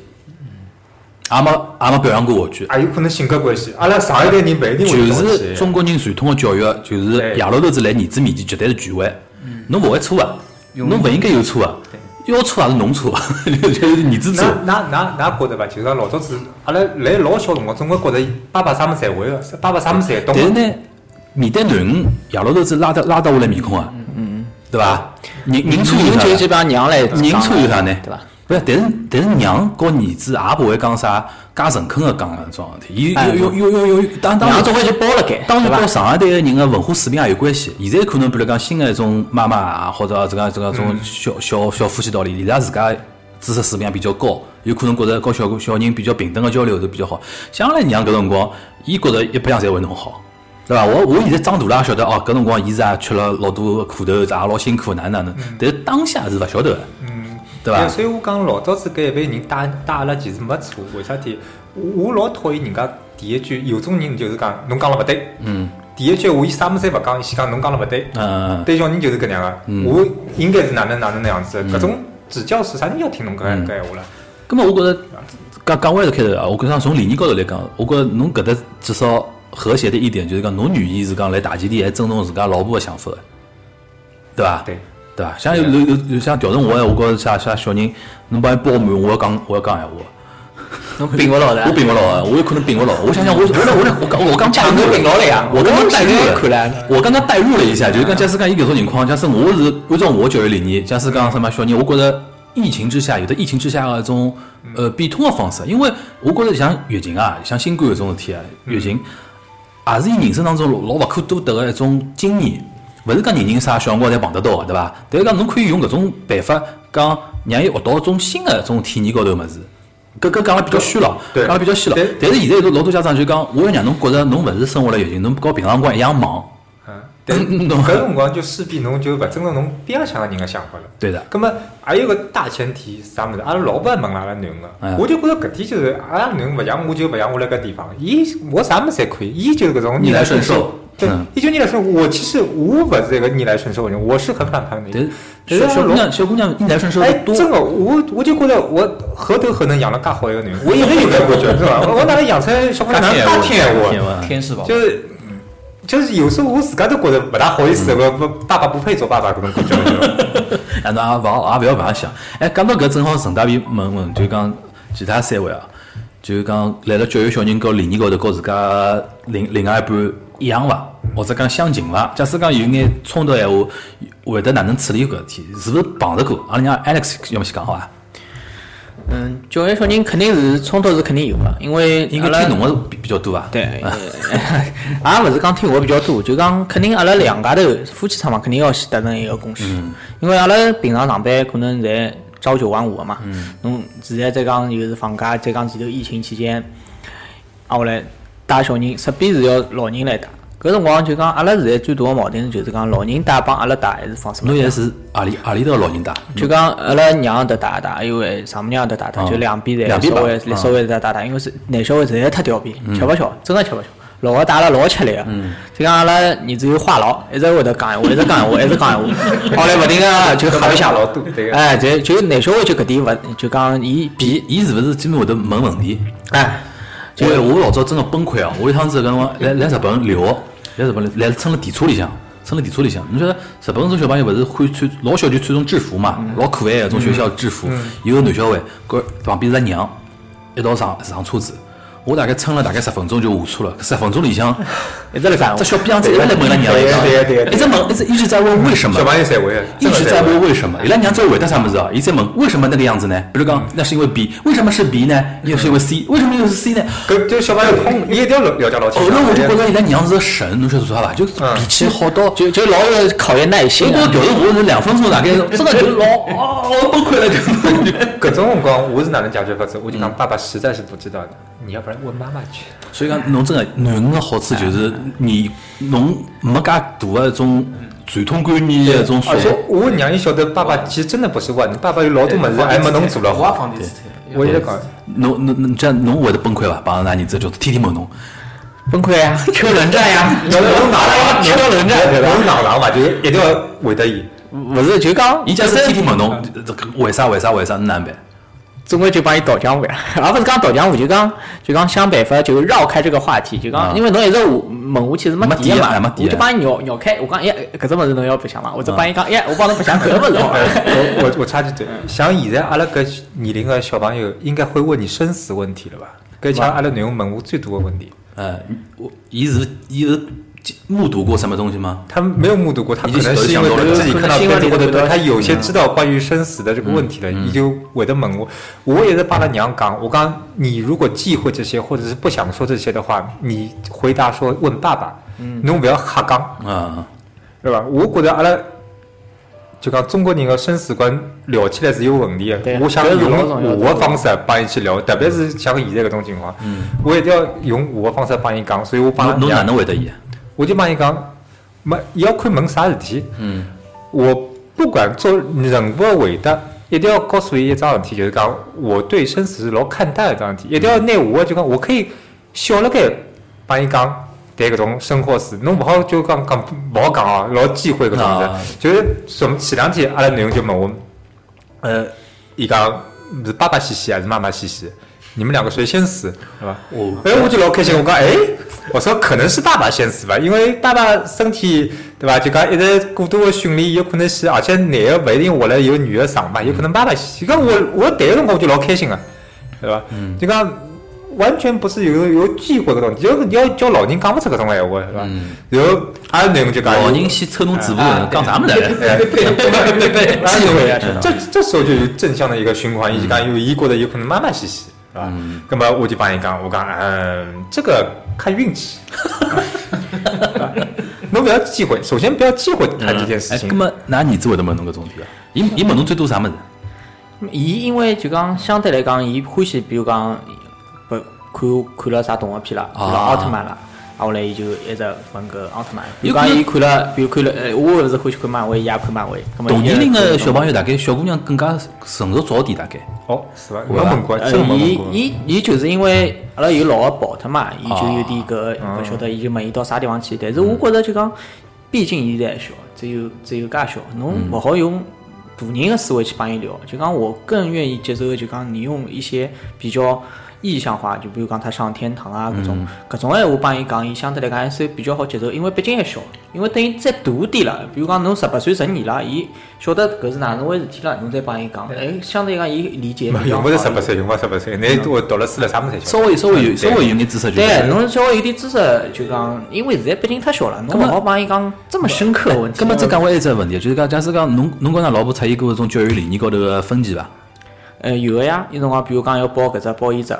[SPEAKER 5] 也没也没表扬过我句。
[SPEAKER 7] 啊也有可能性格关系。阿拉上一代人不一定会
[SPEAKER 5] 就
[SPEAKER 7] 道
[SPEAKER 5] 是
[SPEAKER 7] 歉。
[SPEAKER 5] 中国人传统的教育，就是
[SPEAKER 7] 对嗯
[SPEAKER 5] 爷老头子来儿子面前绝对是权威，侬勿会错啊，侬勿应该有错啊，要错也是侬错啊， 就是儿子错。
[SPEAKER 7] 那那那那觉得伐？就是讲老早子，阿拉来老小辰光，总归觉得爸爸啥么子侪会个，爸爸啥么子侪懂
[SPEAKER 5] 但是
[SPEAKER 7] 个。
[SPEAKER 5] 呢，面对囡恩，爷老头子拉得拉得下来面孔啊，
[SPEAKER 7] 嗯
[SPEAKER 5] 对伐？人人错有
[SPEAKER 4] 人
[SPEAKER 5] 啥
[SPEAKER 4] 就
[SPEAKER 5] 呢？
[SPEAKER 4] 基本上娘来讲
[SPEAKER 5] 人错有啥呢？
[SPEAKER 4] 对伐？？
[SPEAKER 5] 不是，但是但是娘和儿子也勿会讲啥介诚恳个讲搿种事体，伊
[SPEAKER 4] 哎
[SPEAKER 5] 有有有有有，当当
[SPEAKER 4] 娘
[SPEAKER 5] 然
[SPEAKER 4] 总归就包了该，
[SPEAKER 5] 当然
[SPEAKER 4] 对
[SPEAKER 5] 跟
[SPEAKER 4] 伐？
[SPEAKER 5] 上一代的人的文化水平也有关系。现在可能比如讲新的一种妈妈啊，或者这个这个这种
[SPEAKER 4] 嗯
[SPEAKER 5] 小小小夫妻道理，伊拉自家知识水平比较高，有可能觉着跟小小人比较平等的交流是比较好。将来娘搿辰光，伊觉着一白相侪为侬好。对伐？我我现在长大了也晓得哦，搿辰光伊是也吃了老多苦头，也老辛苦，哪能哪能。但是当下是勿晓得的，对伐？
[SPEAKER 7] 所以我讲老早子搿一辈人带带阿拉其实没错，为啥体？我我老讨厌人家第一句，有种人就是讲侬讲了勿对。嗯。啊第一句话伊啥么子侪勿讲，伊先讲侬讲了勿对。
[SPEAKER 5] 嗯，
[SPEAKER 7] 对小人就是搿能样个，我应该是哪能哪能那样子，搿种指教是啥人要听侬搿搿闲话了？
[SPEAKER 5] 咁么我觉着讲讲歪头开头啊，我觉着从理念高头来讲，我觉着侬搿搭至少和谐的一点就是讲，侬愿意是讲来大前提还尊重自家老婆的想法的，对伐？
[SPEAKER 7] 对，
[SPEAKER 5] 对伐？像有有有有像调整我的，我觉着像像小人，侬帮伊包满，我要讲我要讲闲话。
[SPEAKER 4] 侬并勿牢的
[SPEAKER 5] 我。并勿牢啊，我有可能并勿牢。我想想，我我我我刚我刚
[SPEAKER 4] 讲侬并牢了呀
[SPEAKER 5] 我刚刚代入
[SPEAKER 4] 我大概看了
[SPEAKER 5] 了，我刚刚代入了一下，就是讲，假使讲伊搿种情况，假使我是按照我教育理念，假使讲什么小人，我觉着疫情之下有的疫情之下的一种
[SPEAKER 4] 嗯
[SPEAKER 5] 呃变通的方式，因为我觉着像疫情啊，像新冠搿种事体啊，
[SPEAKER 4] 嗯
[SPEAKER 5] 疫情也是伊人生当中老勿可多得的一种经验。勿是讲人人啥小辰光侪碰得到啊个，对伐？但是讲侬可以用搿种办法，讲让伊学到一种新的一种体验高头物事。搿搿讲了比较虚了，
[SPEAKER 7] 对
[SPEAKER 5] 讲了比较虚了
[SPEAKER 7] 对。
[SPEAKER 5] 但是现在有老多家长就讲，我要让侬觉着侬勿是生活辣疫情，侬跟平常辰光一样忙。
[SPEAKER 7] 嗯，但是
[SPEAKER 5] 嗯
[SPEAKER 7] 搿辰光就势必侬就勿尊重侬边浪向个人个想法了。
[SPEAKER 5] 对的
[SPEAKER 7] 葛末还有个大前提是啥物事？阿拉老板问阿拉囡恩
[SPEAKER 5] 嗯
[SPEAKER 7] 个，我就觉着搿点就是阿拉囡恩勿像我就勿像我辣搿地方，伊我啥物事侪可以，伊就是搿种
[SPEAKER 5] 逆来顺
[SPEAKER 7] 顺
[SPEAKER 5] 受
[SPEAKER 7] 对
[SPEAKER 5] 嗯，
[SPEAKER 7] 伊就逆来顺受。我其实我勿是一个逆来顺受的人，我是很反叛的
[SPEAKER 5] 但是。
[SPEAKER 7] 人但
[SPEAKER 5] 小
[SPEAKER 7] 是
[SPEAKER 5] 小
[SPEAKER 7] 阿拉
[SPEAKER 5] 姑
[SPEAKER 7] 老
[SPEAKER 5] 娘小姑娘逆来顺受
[SPEAKER 7] 哎
[SPEAKER 5] 得，多，
[SPEAKER 7] 真的，我我就觉得我何德何能养了介好一个囡恩，我一直有搿感觉，是吧？我我哪能养出来小姑娘介
[SPEAKER 5] 天
[SPEAKER 7] 天
[SPEAKER 5] 天
[SPEAKER 7] 闲话？
[SPEAKER 5] 文
[SPEAKER 4] 天使宝
[SPEAKER 7] 就，是嗯就是有时候我自家都觉得不大好意思，我不爸爸不配做爸爸搿种感觉。
[SPEAKER 5] 啊，那也勿好，也勿要搿样想。哎，讲到搿正好顺带便问问，就讲其他三位啊，就讲辣辣教育小人高理念高头，和自家另另外一半一样伐？或者讲相近伐？假使讲有眼冲突闲话，会得哪能处理搿事体？是勿是碰着过？阿拉让 Alex 要么先讲好伐？
[SPEAKER 4] 嗯，教育小人肯定是冲突是肯定有个，因为
[SPEAKER 5] 应
[SPEAKER 4] 阿
[SPEAKER 5] 该
[SPEAKER 4] 拉
[SPEAKER 5] 听侬个比比较多伐？
[SPEAKER 4] 对，呃 也勿是讲听我比较多，就讲肯定阿拉两家头夫妻双方肯定要先达成一个共识，
[SPEAKER 5] 嗯
[SPEAKER 4] 因为阿拉平常上班可能侪朝九晚五个嘛，
[SPEAKER 5] 嗯
[SPEAKER 4] 侬现在再讲又是放假，再讲前头疫情期间，啊后来带小人势必是要老人来带，搿辰光就讲阿拉现在最大个矛盾就是讲老人带帮阿拉带还是方式勿一样
[SPEAKER 5] 侬现在是阿里阿里头个老人带，
[SPEAKER 4] 就讲阿拉娘得打打，还有丈母娘得打打，就两边
[SPEAKER 5] 哦两
[SPEAKER 4] 侪
[SPEAKER 5] 边
[SPEAKER 4] 稍微
[SPEAKER 5] 打嗯
[SPEAKER 4] 稍微在打打，因为是男小孩实在太调皮，吃勿消，真的吃勿消。老个打了老吃力个，
[SPEAKER 5] 嗯
[SPEAKER 4] 就讲阿拉儿子有话痨，一直会得讲闲话，一直 讲闲话，一直讲闲话，后来勿停个啊就吓一下
[SPEAKER 7] 老多 对个
[SPEAKER 4] 哎，这就男小孩就搿点勿，就讲伊比
[SPEAKER 5] 伊伊是勿是基本会得问问题？
[SPEAKER 4] 哎，
[SPEAKER 5] 因为我老早真的崩溃啊！我有趟子搿辰光来来日本留学，来日本留来乘了电车里向，乘了电车里向。侬晓得日本种小朋友勿是欢穿老小就穿种制服嘛，
[SPEAKER 7] 嗯
[SPEAKER 5] 老可爱个种学校制服。有个男小孩，搿旁边是他娘，一道上上车子。我大概乘了大概十分钟就下车了，搿十分钟里 向，
[SPEAKER 4] 一直辣讲
[SPEAKER 5] 这。小逼样子一直在问他娘，
[SPEAKER 7] 对呀对呀对呀
[SPEAKER 5] 一直问，一直一直在问为什么
[SPEAKER 7] 小。朋友侪会的，
[SPEAKER 5] 一直在
[SPEAKER 7] 真的
[SPEAKER 5] 问为什么，伊拉娘在回答啥么子啊？伊在问为什么那个样子呢？比如讲，那是因为 B，为什么是 B 呢？又是因为 C，为什么又是 C 呢？
[SPEAKER 7] 会的。搿就小朋友通，伊一定要了了解老清
[SPEAKER 5] 后
[SPEAKER 7] 楚。
[SPEAKER 5] 头哦我就觉着伊拉娘是个神，侬晓得做啥伐？就脾气好到，就
[SPEAKER 4] 就就老是考验耐
[SPEAKER 5] 结
[SPEAKER 4] 心
[SPEAKER 5] 果
[SPEAKER 4] 啊！
[SPEAKER 5] 调成我是两分钟大概，真的 就老啊，我崩溃了就。
[SPEAKER 7] 搿种辰光我是哪能解决法子？我就讲爸爸实在是不知道，你要不然问妈妈去。
[SPEAKER 5] 所以讲，侬真的囡恩个好处就是你侬没介大个一种传统观念的一种束
[SPEAKER 7] 而且
[SPEAKER 5] 缚。
[SPEAKER 7] 我让伊晓得，爸爸其实真的不是万能，爸爸有老多物事还没侬做了
[SPEAKER 3] 我也
[SPEAKER 7] 好。
[SPEAKER 3] 放电视台，
[SPEAKER 7] 我一直讲，
[SPEAKER 5] 侬侬侬这样侬会得崩溃伐？帮㑚儿子就天天问侬，
[SPEAKER 4] 崩溃啊，车轮战呀，
[SPEAKER 7] 侬侬哪能
[SPEAKER 4] 车轮战对
[SPEAKER 7] 侬
[SPEAKER 4] 吧？
[SPEAKER 7] 哪能嘛，就一定要会得伊。
[SPEAKER 4] 勿是就讲，
[SPEAKER 5] 伊假使天天问侬这个为啥为啥为啥，侬哪能办？
[SPEAKER 4] 总归就帮伊倒江湖呀， 而勿是讲倒江湖，就讲就讲想办法就绕开这个话题，就
[SPEAKER 5] 啊
[SPEAKER 4] 讲因为侬一直问问我其实没
[SPEAKER 5] 没
[SPEAKER 4] 底的
[SPEAKER 5] 底啊没
[SPEAKER 4] 嘛，
[SPEAKER 5] 底
[SPEAKER 4] 我
[SPEAKER 5] 啊
[SPEAKER 4] 就帮伊绕绕开，我讲哎搿只物事侬要白相嘛，我只帮伊讲哎我帮侬白相搿个物事 好伐
[SPEAKER 7] 我我我插句嘴，像现在阿拉搿年龄的小朋友，应该会问你生死问题了吧？搿像阿拉囡恩问我最多的问题，
[SPEAKER 5] 呃，我伊是伊是目睹过什么东西吗？
[SPEAKER 7] 他没有目睹
[SPEAKER 5] 啊
[SPEAKER 7] 过，他可能是因为
[SPEAKER 5] 已经
[SPEAKER 7] 自己看到
[SPEAKER 4] 新闻里
[SPEAKER 7] 别
[SPEAKER 4] 头
[SPEAKER 7] 人或者
[SPEAKER 4] 都
[SPEAKER 7] 他有
[SPEAKER 4] 嗯
[SPEAKER 7] 些知道关于生死的这个问题了，你就会得问我。我也是帮他娘讲，我刚你如果忌讳这些，或者是不想说这些的话，你回答说问爸爸，侬不要瞎讲。
[SPEAKER 5] 嗯，
[SPEAKER 7] 对伐？我觉着阿拉就讲中国人个生死观聊起来是有问题
[SPEAKER 4] 对
[SPEAKER 7] 的。
[SPEAKER 4] 啊
[SPEAKER 7] 我想
[SPEAKER 4] 搿是老重要
[SPEAKER 7] 用
[SPEAKER 4] 的
[SPEAKER 7] 我的方式帮伊去聊，特别是像现在搿种情况，我一定要用我的方式帮伊讲，所以我帮
[SPEAKER 5] 侬侬哪
[SPEAKER 7] 伊
[SPEAKER 5] 能会得伊？
[SPEAKER 7] 我就帮伊讲，没伊要看问啥事体，
[SPEAKER 5] 嗯，
[SPEAKER 7] 我不管做任何回答，一定要告诉伊一桩事体，就是讲我对生死是老看淡的一桩事体，一定要拿我就讲我可以笑辣盖帮伊讲。谈搿种生或死，侬勿好就讲讲勿好讲哦，老忌讳搿种事
[SPEAKER 5] 啊。
[SPEAKER 7] 就是什么前两天阿拉囡恩就问我，呃，伊讲是爸爸西西还是妈妈西西？你们两个谁先死，对吧？
[SPEAKER 5] 哦
[SPEAKER 7] 哎，我就老开心，我讲，哎，我说可能是爸爸先死吧，因为爸爸身体，对吧？就讲一直过度的训练，有可能是，而且男的不一定活了有女的长嘛，有可能爸爸先。就讲我我第一个辰光我就老开心啊，对吧？就讲完全不是有有忌讳搿种，就是要叫老人讲不出�囡种闲话，对吧？然后阿拉囡恩就讲，
[SPEAKER 5] 老人先抽侬嘴巴，讲啥么子啊
[SPEAKER 7] 哎，
[SPEAKER 5] 嘞？
[SPEAKER 7] 对对对，然后
[SPEAKER 4] 机会啊
[SPEAKER 7] 有这这时候就有正向的一个循环，以及刚有一过的有可能慢慢洗洗，是吧？那么我就帮你讲，我讲，嗯，这个看运气，侬不要忌讳，首先不要忌讳谈这件事
[SPEAKER 5] 哎，
[SPEAKER 7] 情
[SPEAKER 5] 那。么㑚儿子会得问侬搿种事体啊？伊伊问侬最多啥物事？
[SPEAKER 4] 伊因为就讲相对来讲，伊欢喜，比如讲，不看看了啥动画片啦，看了
[SPEAKER 5] 啊
[SPEAKER 4] 奥特曼啦，啊，后来伊就一直问搿奥特曼。比
[SPEAKER 5] 有
[SPEAKER 4] 如
[SPEAKER 5] 可
[SPEAKER 4] 讲，
[SPEAKER 5] 能
[SPEAKER 4] 伊看了，比如看了，呃，我勿是欢喜看漫威，伊也看漫威。葛末
[SPEAKER 5] 同
[SPEAKER 4] 伊也
[SPEAKER 5] 年龄的
[SPEAKER 4] 看
[SPEAKER 5] 小朋友，大概小姑娘更加成熟早点，大概。
[SPEAKER 7] 哦，是吧？没问过，
[SPEAKER 4] 呃
[SPEAKER 7] 真，没问
[SPEAKER 4] 伊
[SPEAKER 7] 过。
[SPEAKER 4] 伊伊就是因
[SPEAKER 7] 嗯
[SPEAKER 4] 为阿拉有老个跑脱嘛，伊就有点
[SPEAKER 7] 啊
[SPEAKER 4] 搿勿晓得，伊就问伊到啥地方去。但
[SPEAKER 7] 嗯
[SPEAKER 4] 是我觉着就讲，毕竟伊还小，只有只有介小，侬
[SPEAKER 7] 嗯
[SPEAKER 4] 勿好用大人个思维去帮伊聊。就讲我更愿意接受，就讲你用一些比较。意象化，就比如讲他上天堂啊，搿
[SPEAKER 7] 嗯
[SPEAKER 4] 种搿种闲话帮伊讲，伊相对来讲还算比较好接受，因为毕竟还小。因为等伊再大点了，比如讲侬十八岁、十二了，伊晓得搿是哪能回事体了，侬再帮伊讲，哎，相对来讲伊理解
[SPEAKER 7] 没
[SPEAKER 4] 比较好
[SPEAKER 7] 用不
[SPEAKER 4] 一
[SPEAKER 7] 着
[SPEAKER 4] 点。
[SPEAKER 7] 十八岁，用不着十八岁，你我读了书了，啥么才晓
[SPEAKER 5] 稍
[SPEAKER 7] 得？
[SPEAKER 5] 微稍微有稍微有眼知识就
[SPEAKER 4] 对，
[SPEAKER 5] 侬
[SPEAKER 4] 侬稍微有点知识，就讲，因为现在毕竟太小了，
[SPEAKER 5] 那
[SPEAKER 4] 侬
[SPEAKER 5] 么
[SPEAKER 4] 勿好帮伊讲这么深刻的问题。
[SPEAKER 5] 咁么再讲回一只问题，就是讲，假使讲侬侬跟㑚老婆出现过搿种教育理念高头个分歧伐？
[SPEAKER 4] 呃，有个呀，有辰光比如讲要报搿只报伊只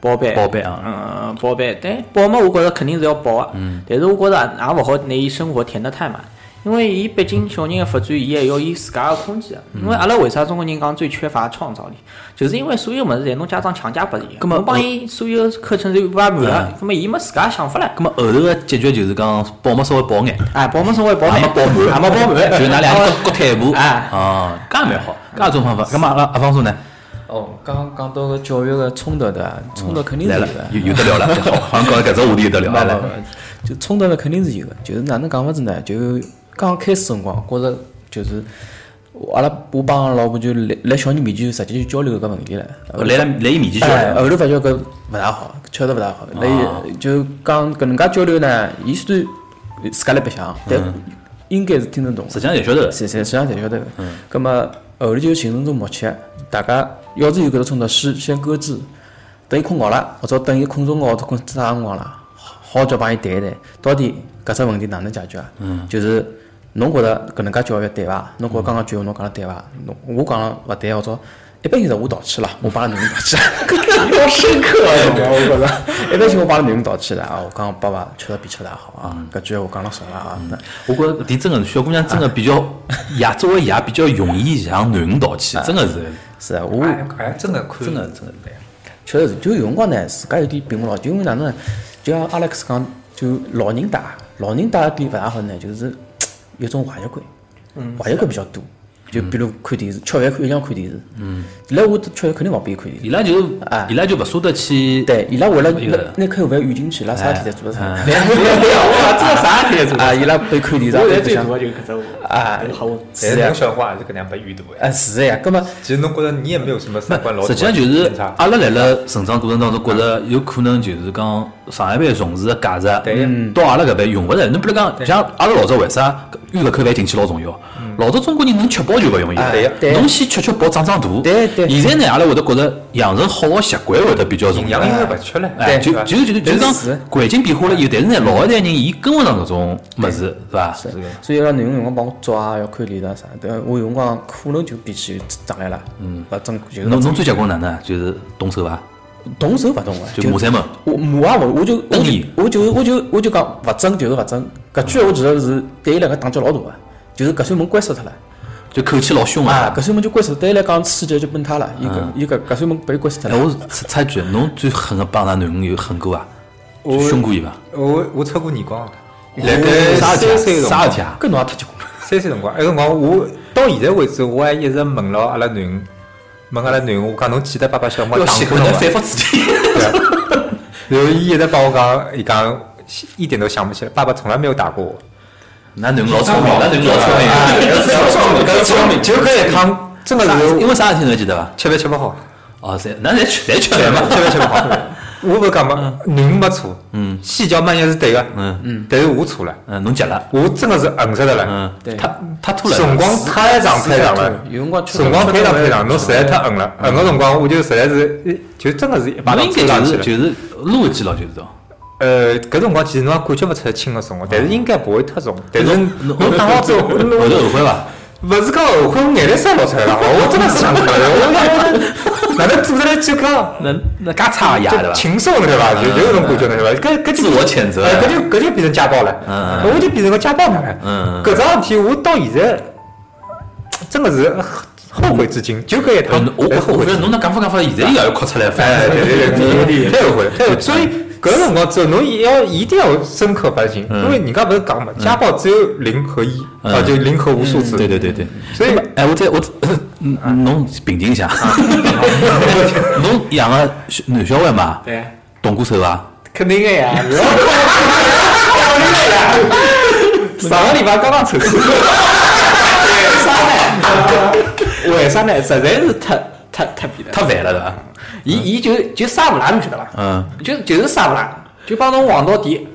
[SPEAKER 4] 报班，
[SPEAKER 5] 报班啊
[SPEAKER 4] 嗯，报班，但报嘛，我觉着肯定是要报个，
[SPEAKER 5] 嗯
[SPEAKER 4] 但是我觉着也勿好拿伊生活填得太满，因为伊毕竟小人的发展，伊还要伊自家个空间啊。
[SPEAKER 5] 嗯
[SPEAKER 4] 因为阿拉为啥中国人讲最缺乏创造力，就是因为所有物事侪侬家长强加拨伊，
[SPEAKER 5] 咁么嗯
[SPEAKER 4] 侬帮伊所有课程侪安排满了，咁么伊没自家想法唻。
[SPEAKER 5] 咁么后头个解决就是讲报嘛稍微报眼，
[SPEAKER 4] 哎，保姆生活保
[SPEAKER 5] 也
[SPEAKER 4] 满，
[SPEAKER 5] 没报满，
[SPEAKER 4] 也没报满，
[SPEAKER 5] 就㑚俩
[SPEAKER 4] 哦
[SPEAKER 5] 人各各退一步，
[SPEAKER 4] 哎
[SPEAKER 5] 啊，搿也蛮好，搿也种方法。咁么阿拉阿方叔呢？
[SPEAKER 8] 哦，刚刚讲到个教育个冲突的，冲突肯定
[SPEAKER 5] 来
[SPEAKER 8] 是有
[SPEAKER 5] 了
[SPEAKER 8] 的，。
[SPEAKER 5] 有有得聊了，好像讲搿只话题有得聊
[SPEAKER 8] 不
[SPEAKER 5] 了。
[SPEAKER 8] 不不，就冲突了肯定是有的，就是哪能讲法子呢？就刚开始辰光，觉着就是我阿拉我帮阿拉老婆就来来小人面前就直接就交流搿个问题了。
[SPEAKER 5] 来了来伊面前去
[SPEAKER 8] 哎，
[SPEAKER 5] 聊，
[SPEAKER 8] 后头发觉搿勿大好，确实勿大好。那伊就讲搿能介交流呢，伊虽然自家来白相，但应该是听得懂。
[SPEAKER 5] 实际上也晓得。
[SPEAKER 8] 实实际上侪晓得个。葛末后头就形成种默契，大家要是有搿只冲突，先先搁置，等伊困觉了，或者等伊困中觉或者困啥辰光了，好好叫帮伊谈一谈，到底搿只问题哪能解决啊？就是侬觉着搿能介教育对伐？侬觉着刚刚教育侬讲了对伐？侬我讲了勿对，或者一般性是我道歉了，我帮阿拉囡恩道歉。
[SPEAKER 4] 老深刻
[SPEAKER 8] 对，我觉着一般性我帮阿拉囡恩道歉了啊，我讲爸爸确实脾气勿大好啊，搿句闲话讲了少了啊。那
[SPEAKER 5] 我觉着搿真个小姑娘真个比较
[SPEAKER 8] 哎
[SPEAKER 5] 爷，作为爷比较容易向囡恩道歉，真个是。
[SPEAKER 8] 是啊，我
[SPEAKER 7] 哎哎，真的看，真的真的。
[SPEAKER 8] 确实是，就有辰光呢，自家有点并不牢，就因为哪能呢？就像 Alex 讲，就老人
[SPEAKER 4] 嗯
[SPEAKER 8] 带，老人带一点勿大好呢，就是有种坏习惯，坏习惯比较多。
[SPEAKER 4] 啊
[SPEAKER 8] 就比如看电视，吃饭看一样看电视。嗯。伊拉我吃饭肯定勿比看电视。
[SPEAKER 1] 伊拉就
[SPEAKER 8] 哎
[SPEAKER 1] 伊拉就勿舍得去，
[SPEAKER 8] 对，伊拉为了
[SPEAKER 1] 一个人
[SPEAKER 8] 拿拿口饭卷进去，伊拉啥事体侪做勿成。
[SPEAKER 4] 哎 我这啥天做？
[SPEAKER 8] 啊，伊拉被看电视，
[SPEAKER 4] 我
[SPEAKER 8] 也
[SPEAKER 4] 现在最大
[SPEAKER 8] 不想
[SPEAKER 4] 的就是搿只话，
[SPEAKER 8] 啊，
[SPEAKER 4] 搿个好问。
[SPEAKER 3] 但是侬小辰光还是搿能样被遇到的。
[SPEAKER 8] 啊是的呀，葛么
[SPEAKER 3] 其实侬觉着你也没有什么三观老
[SPEAKER 8] 哦
[SPEAKER 1] 实
[SPEAKER 3] 大
[SPEAKER 1] 际上就是啊
[SPEAKER 3] 偏差
[SPEAKER 1] 阿拉辣辣成长过程当中，觉着有可能就是讲上一辈重视的价值，嗯到阿拉搿辈用勿着。侬比如讲，像阿拉老早为啥预个口饭进去老重要？老早中国人能吃饱就勿容易，
[SPEAKER 8] 嗯哎对呀对
[SPEAKER 1] 侬先吃吃饱长长大。
[SPEAKER 8] 对对
[SPEAKER 1] 现在呢，阿拉会得觉着养成好个习惯会得比较重
[SPEAKER 3] 营
[SPEAKER 1] 要
[SPEAKER 3] 养。因为勿吃了，
[SPEAKER 1] 哎，就
[SPEAKER 3] 对吧
[SPEAKER 1] 就就就是讲
[SPEAKER 8] 但是
[SPEAKER 1] 环境变化了以后，但是呢，老一代人伊跟勿上搿种物事，是伐？是个
[SPEAKER 8] 所以讲囡恩辰光帮我抓啊，要看脸啊啥的。但我有辰光可能就脾气上来了，嗯，勿正就是
[SPEAKER 1] 侬侬最结棍哪能？啊就是动手伐？
[SPEAKER 8] 动手勿动个，
[SPEAKER 1] 就骂三门。
[SPEAKER 8] 我我也勿，我就我
[SPEAKER 1] 瞪
[SPEAKER 8] 就
[SPEAKER 1] 你
[SPEAKER 8] 我就我就我就讲勿争就是勿争。搿句闲话其实是对伊来讲打击老大个，就是搿扇门关死脱了。
[SPEAKER 1] 就口气老凶
[SPEAKER 8] 啊，搿扇门就关死，对伊来讲世界就崩塌了。伊搿伊搿搿扇门被关死脱
[SPEAKER 1] 啊哎，
[SPEAKER 8] 了。
[SPEAKER 1] 我插插一句，侬最狠的帮㑚囡恩有狠过伐？就凶过伊伐？
[SPEAKER 3] 我我抽过耳光，辣
[SPEAKER 1] 哦
[SPEAKER 3] 盖
[SPEAKER 1] 啥
[SPEAKER 3] 三
[SPEAKER 1] 事
[SPEAKER 3] 岁
[SPEAKER 1] 体啊？
[SPEAKER 3] 辰
[SPEAKER 1] 啥
[SPEAKER 3] 光
[SPEAKER 1] 事体啊？
[SPEAKER 8] 搿侬也忒结棍了。
[SPEAKER 3] 三岁辰光，埃辰光我到现在为止，我还一直问了阿拉囡恩，问阿拉囡恩，我讲侬记得爸爸小辰光打过侬伐？
[SPEAKER 1] 复自 己。
[SPEAKER 3] 然后伊一直帮我讲，伊讲一点都想不起来，爸爸从来没有打过我。
[SPEAKER 1] 㑚囡恩老聪明，㑚囡恩老聪
[SPEAKER 3] 哎
[SPEAKER 1] 明。
[SPEAKER 3] 聪明，就搿一趟真的
[SPEAKER 1] 啥
[SPEAKER 3] 是
[SPEAKER 1] 因为啥事体侬还记得伐？
[SPEAKER 3] 吃饭吃不好，
[SPEAKER 1] 哦，侪，那侪吃，侪吃
[SPEAKER 3] 吃
[SPEAKER 1] 饭嘛
[SPEAKER 3] 饭。 吃不好。我勿讲嘛，囡恩没错，嗯，细嚼慢咽是对个，嗯嗯，但是我错了，
[SPEAKER 1] 嗯，侬急了。
[SPEAKER 3] 我真的是横着的了，
[SPEAKER 1] 嗯，他他吐了。
[SPEAKER 3] 辰光太长太长了。
[SPEAKER 8] 有辰光吃
[SPEAKER 3] 辰光
[SPEAKER 8] 吃
[SPEAKER 3] 太长
[SPEAKER 8] 饭
[SPEAKER 3] 太长，侬实在太硬了。
[SPEAKER 8] 嗯
[SPEAKER 3] 硬个辰光，我就实在是，就真的是一巴
[SPEAKER 1] 侬
[SPEAKER 3] 掌
[SPEAKER 1] 应
[SPEAKER 3] 抽
[SPEAKER 1] 该
[SPEAKER 3] 上
[SPEAKER 1] 就
[SPEAKER 3] 去
[SPEAKER 1] 是就。
[SPEAKER 3] 了
[SPEAKER 1] 是逻辑了，就是这种。
[SPEAKER 3] 呃，搿辰光其实侬也感觉勿出来轻个重个，但是应该勿会太重。但是
[SPEAKER 1] 侬
[SPEAKER 3] 侬打好之后，侬
[SPEAKER 1] 后头后悔伐？
[SPEAKER 3] 勿是讲后悔，我眼泪酸落出来了。我真的是想哭了。我我哪能做出来就讲
[SPEAKER 1] 那那嘎嚓呀，对
[SPEAKER 3] 就
[SPEAKER 1] 伐？
[SPEAKER 3] 禽兽了对伐？就就搿种感觉了对伐？搿搿就
[SPEAKER 1] 自我谴责
[SPEAKER 3] 哎搿就搿就变成家暴了。
[SPEAKER 1] 嗯
[SPEAKER 3] 我就变成个家暴男了。
[SPEAKER 1] 嗯嗯
[SPEAKER 3] 搿桩事体我到现在真的是后悔至今，就搿一
[SPEAKER 1] 哎
[SPEAKER 3] 趟
[SPEAKER 1] 我
[SPEAKER 3] 后
[SPEAKER 1] 我
[SPEAKER 3] 悔
[SPEAKER 1] 觉得
[SPEAKER 3] 至今。
[SPEAKER 1] 侬那讲法讲法，现在又要哭出来。
[SPEAKER 3] 哎，对对对，太后悔了，太后悔。所以搿辰光之后，侬也要一定要深刻反省，因为人家勿是讲嘛，家暴只有零和一啊，就零和无数次。
[SPEAKER 1] 对对对对。
[SPEAKER 3] 所以
[SPEAKER 1] 哎，我再我 再，嗯嗯侬平静一 下。侬养个小男小孩嘛，
[SPEAKER 4] 对啊，
[SPEAKER 1] 动过手伐？
[SPEAKER 4] 肯定的呀。
[SPEAKER 3] 上个礼拜刚刚抽出，
[SPEAKER 4] 为啥呢？实在是太太太皮了。
[SPEAKER 1] 太烦了对伐？
[SPEAKER 4] 伊伊就就啥勿拉，侬晓得伐？
[SPEAKER 1] 嗯，
[SPEAKER 4] 就就是啥勿拉，就帮侬黄到底。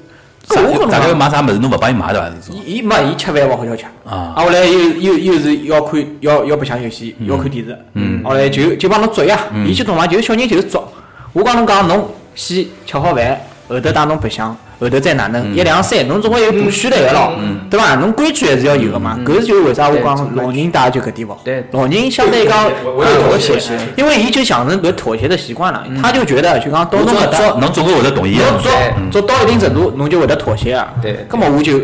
[SPEAKER 4] 搿我搿啊
[SPEAKER 1] 大概
[SPEAKER 4] 侬
[SPEAKER 1] 买啥物事侬勿帮伊买对伐？是种
[SPEAKER 4] 伊伊没伊吃饭勿好叫吃，
[SPEAKER 1] 啊
[SPEAKER 4] 后来又又又是要看要要白相游戏，要看电视，嗯，后来就就帮侬捉呀，伊就懂嘛，就是小人就是捉。我讲侬讲侬先吃好饭，后头带侬白相，后头再哪能一两三，侬总归有部署来个咯，对伐？侬规矩还是要有个嘛。搿是就是为啥我讲老人带就搿点勿好，
[SPEAKER 8] 对
[SPEAKER 4] 老人相嗯对嗯讲
[SPEAKER 3] 我也
[SPEAKER 4] 更妥协，因为伊就养成搿妥协的习惯了，他就觉得就讲到
[SPEAKER 1] 侬
[SPEAKER 4] 侬
[SPEAKER 1] 总
[SPEAKER 4] 搿搭
[SPEAKER 1] 归。侬总归会得同意啊的。
[SPEAKER 4] 侬做做到一定程度，侬就会得妥协啊。
[SPEAKER 3] 对
[SPEAKER 4] 咁么我就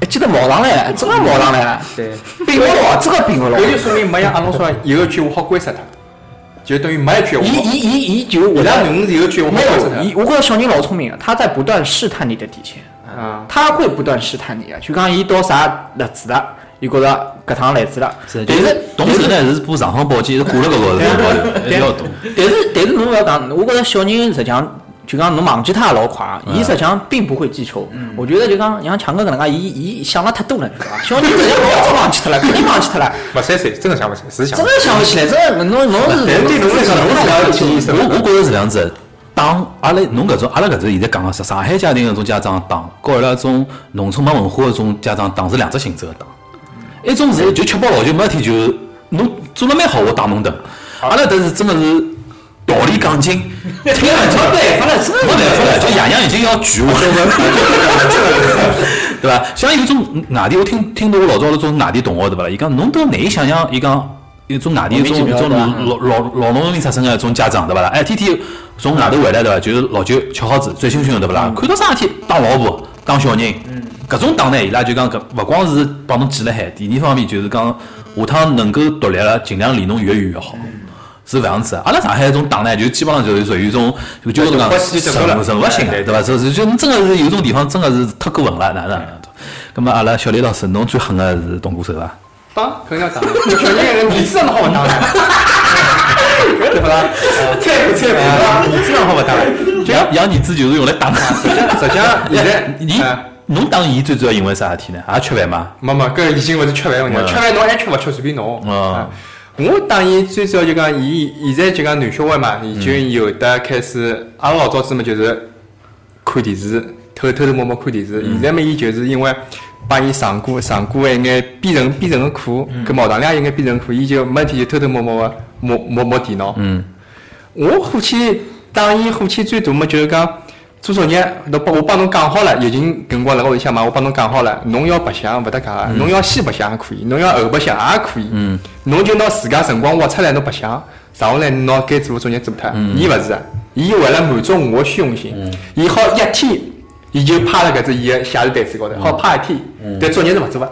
[SPEAKER 4] 一记头冒上来，真个冒上来，啊
[SPEAKER 3] 对，
[SPEAKER 4] 并勿牢，真个并勿牢。
[SPEAKER 9] 搿就说明没像阿侬说的有一句我好关杀他，就等于没一句我
[SPEAKER 4] 伊
[SPEAKER 9] 好。
[SPEAKER 4] 伊伊伊就
[SPEAKER 9] 伊
[SPEAKER 4] 会
[SPEAKER 9] 拉
[SPEAKER 4] 得
[SPEAKER 9] 囡恩是有一句我好
[SPEAKER 4] 没
[SPEAKER 9] 关杀
[SPEAKER 4] 有，
[SPEAKER 9] 他
[SPEAKER 4] 伊我觉着小人老聪明的，啊他在不断试探你的底线，
[SPEAKER 9] 啊，
[SPEAKER 4] 他会不断试探你啊。就讲伊到啥日子了，伊觉着搿趟来子了，
[SPEAKER 1] 是，就
[SPEAKER 4] 但
[SPEAKER 1] 是
[SPEAKER 4] 是
[SPEAKER 1] 动手呢，是把上方宝剑是挂了高头，是高头，一定要动。
[SPEAKER 4] 但是但是侬勿要讲，我觉着小人实际上就讲侬忘记他也老快，啊
[SPEAKER 3] 嗯
[SPEAKER 4] 伊实际上并不会记仇。我觉得就讲像强哥搿能介，伊伊想了太多了，是吧小人直接老早忘记脱了，肯定忘记脱了，
[SPEAKER 3] 没三岁，真的想不起来，是想
[SPEAKER 4] 真
[SPEAKER 3] 不
[SPEAKER 4] 的
[SPEAKER 3] 起来。
[SPEAKER 4] 想不起来，真的侬侬是
[SPEAKER 3] 但是对侬来讲侬是要记忆深刻
[SPEAKER 1] 我我觉着是这样子，当阿拉侬搿种阿拉搿种现在讲个上上海家庭搿种家长打，和阿拉种农村没文化搿种家长打是两只性质个打。一种是就吃饱老就没事体就侬做了蛮好，我打侬顿。阿拉搿是真个是道理讲尽，听了就没办法了，真没办法了，就爷娘已经要举我了，对伐？像有种外地，我听听到我老早那种外地同学对伐？伊讲侬到难以想象，伊讲。一种外地一种一种老老老农民出身的一种家长对伐啦？哎，天天从外头回来对伐？就是老酒吃好子，醉醺醺的对伐啦？看到啥事体打老婆，打小人，搿种打呢，伊拉就讲搿勿光是帮侬记辣海，第二方面就是讲下趟能够独立了，尽量离侬越远越好。是搿样
[SPEAKER 5] 啊
[SPEAKER 1] 子的。阿拉上海搿种打呢，就基本上就是属于一种，就就是讲神神勿性
[SPEAKER 5] 啊
[SPEAKER 1] 的，对伐？是是，就真个是有种地方真个是太过分了，哪能哪能？葛末阿拉小李老师，侬最狠个是动过手伐？
[SPEAKER 3] 打，肯定要打。小人，你这么好打呢？对不啦？菜谱菜谱啊，你这么好打？
[SPEAKER 5] 养养儿子就是用来打嘛。
[SPEAKER 1] 啊
[SPEAKER 3] 实际上现在
[SPEAKER 5] 你
[SPEAKER 3] 哎
[SPEAKER 5] 侬打伊最主要因为啥事体呢？也吃饭嘛。
[SPEAKER 3] 没没，搿已经勿是吃饭问题，
[SPEAKER 5] 嗯
[SPEAKER 3] 吃饭侬爱吃勿吃随便侬。
[SPEAKER 5] 嗯
[SPEAKER 3] 啊我打伊最主要就讲，伊现在就讲男小孩嘛，伊就有的开始，阿拉老早子嘛就是看电视，偷偷偷摸摸看电视。现在嘛，伊就是因为帮伊上过上过一眼编程编程的课，搿毛堂亮一眼编程课，伊就每天就偷偷摸摸个摸摸摸电脑。
[SPEAKER 5] 嗯
[SPEAKER 3] 我火气打伊火气最大嘛，就是讲做作业，侬帮我帮侬讲好了，疫情搿辰光辣个屋里向嘛，我帮侬讲好了，侬要白相勿搭界，侬要先白相也可以，侬要后白相也可以，侬就拿自家辰光挖出来侬白相，剩下来侬拿该做个作业做脱。伊勿是啊，伊为了满足我的虚荣心，伊好一天，伊就趴辣搿只伊个写字台子高头，好趴一天，但作业是勿做个。啊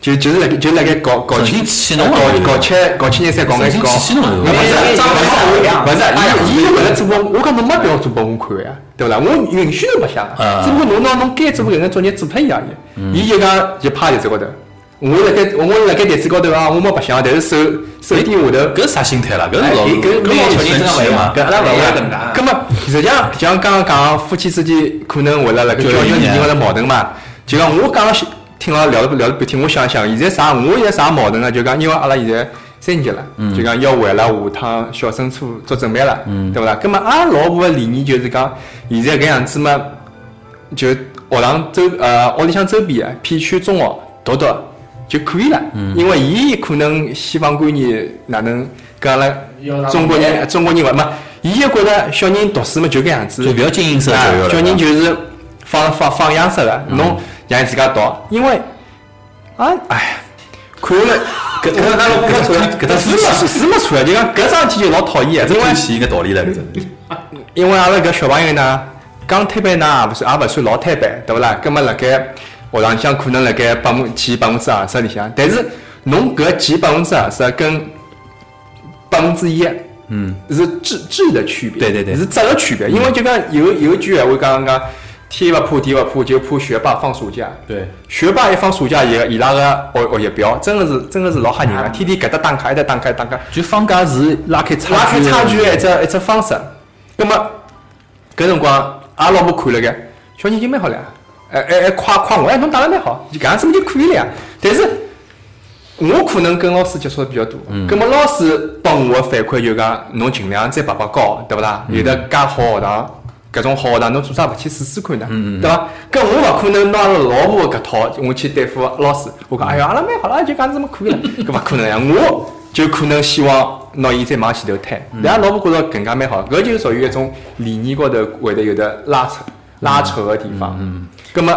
[SPEAKER 3] 就就是辣盖就是辣盖搞搞
[SPEAKER 5] 神
[SPEAKER 3] 清
[SPEAKER 5] 经气
[SPEAKER 3] 搞
[SPEAKER 5] 侬了
[SPEAKER 3] 搞清搞清一三搞眼
[SPEAKER 5] 神经
[SPEAKER 3] 搞，
[SPEAKER 5] 气侬了
[SPEAKER 3] 我勿是
[SPEAKER 1] 哎
[SPEAKER 3] 张
[SPEAKER 1] 哎
[SPEAKER 3] 勿是，伊伊勿来做拨我，我讲侬没必要做拨我看呀，对勿啦？我允许侬白相啊，只不过侬拿侬该做搿眼作业做脱伊而已。伊就讲就趴在这高头，我辣盖我辣盖台子高头啊，我没白相，但是手手底下头。
[SPEAKER 5] 搿是啥心态啦？搿
[SPEAKER 3] 哎
[SPEAKER 5] 是老
[SPEAKER 3] 搿搿
[SPEAKER 5] 搿老
[SPEAKER 3] 搿
[SPEAKER 5] 神奇嘛。
[SPEAKER 3] 搿阿拉勿会搿能介。么实际上，像刚刚讲夫妻之间可能会辣辣搿教育理念高
[SPEAKER 5] 啊
[SPEAKER 3] 头矛盾嘛。就讲我刚刚听了聊了聊了半天，我想一想，现在啥我现在啥矛盾呢？啊就讲因为阿拉现在三级了，
[SPEAKER 5] 嗯
[SPEAKER 3] 就讲要为了下趟小升初做准备了，对勿啦？葛么阿拉老婆个理念就是讲，现在搿样子嘛，就学堂周呃屋里向周边啊片区中学读读就可以了，因为伊可能西方观念哪能跟阿拉中国人中国人勿嘛，伊就觉着小人读书嘛就搿样子，
[SPEAKER 5] 就不要精英式的教育了
[SPEAKER 3] 啊小人就是放放放养式个，侬让伊自家读，因为啊哎，看了搿搿搿搿搿是没是没错啊，就讲搿桩事体就老讨厌啊，
[SPEAKER 5] 搿
[SPEAKER 3] 因为
[SPEAKER 5] 体现一个道理来搿只。
[SPEAKER 3] 因为阿拉搿小朋友呢，刚摊板呢，也勿算也勿算老摊板，对勿啦？葛末辣盖学堂里向可能辣盖百分前百分之二十里向，但是侬搿前百分之二十跟百分之一，嗯，是质质的区别，
[SPEAKER 5] 对对对
[SPEAKER 3] 是质的区别。因为就讲有有一句闲话讲讲，天勿怕地勿怕，就怕学霸放暑假。
[SPEAKER 5] 对，
[SPEAKER 3] 学霸一放暑假，伊个伊拉个学学习表真个是真个是老吓人
[SPEAKER 5] 嗯
[SPEAKER 3] 个，天天搿搭打卡，一搭打卡，一搭打卡。
[SPEAKER 5] 就放假是拉开差距。
[SPEAKER 3] 拉开啊差距的一只一只方式。那么，搿辰光，阿拉老婆看了该，小人已经蛮好了呀，哎哎哎，夸夸我，哎，侬打得蛮好，就搿样子么就可以了呀。但是，我可能跟老师接触的比较多，葛么老师帮我的反馈就讲，侬尽量再拔拔高，对勿啦？有的介好学堂。搿种好学堂，侬做啥勿去试试看呢？对伐？搿我勿可能拿阿拉老婆搿套，我去对付老师。我讲，哎呀，阿拉蛮好了，就搿样子么 可以了，搿勿可能呀！我就可能希望拿伊再往前头推。但阿拉老婆觉着搿能介蛮好，搿就属于一种理念高头会得有的拉扯拉扯个地方。嗯，葛么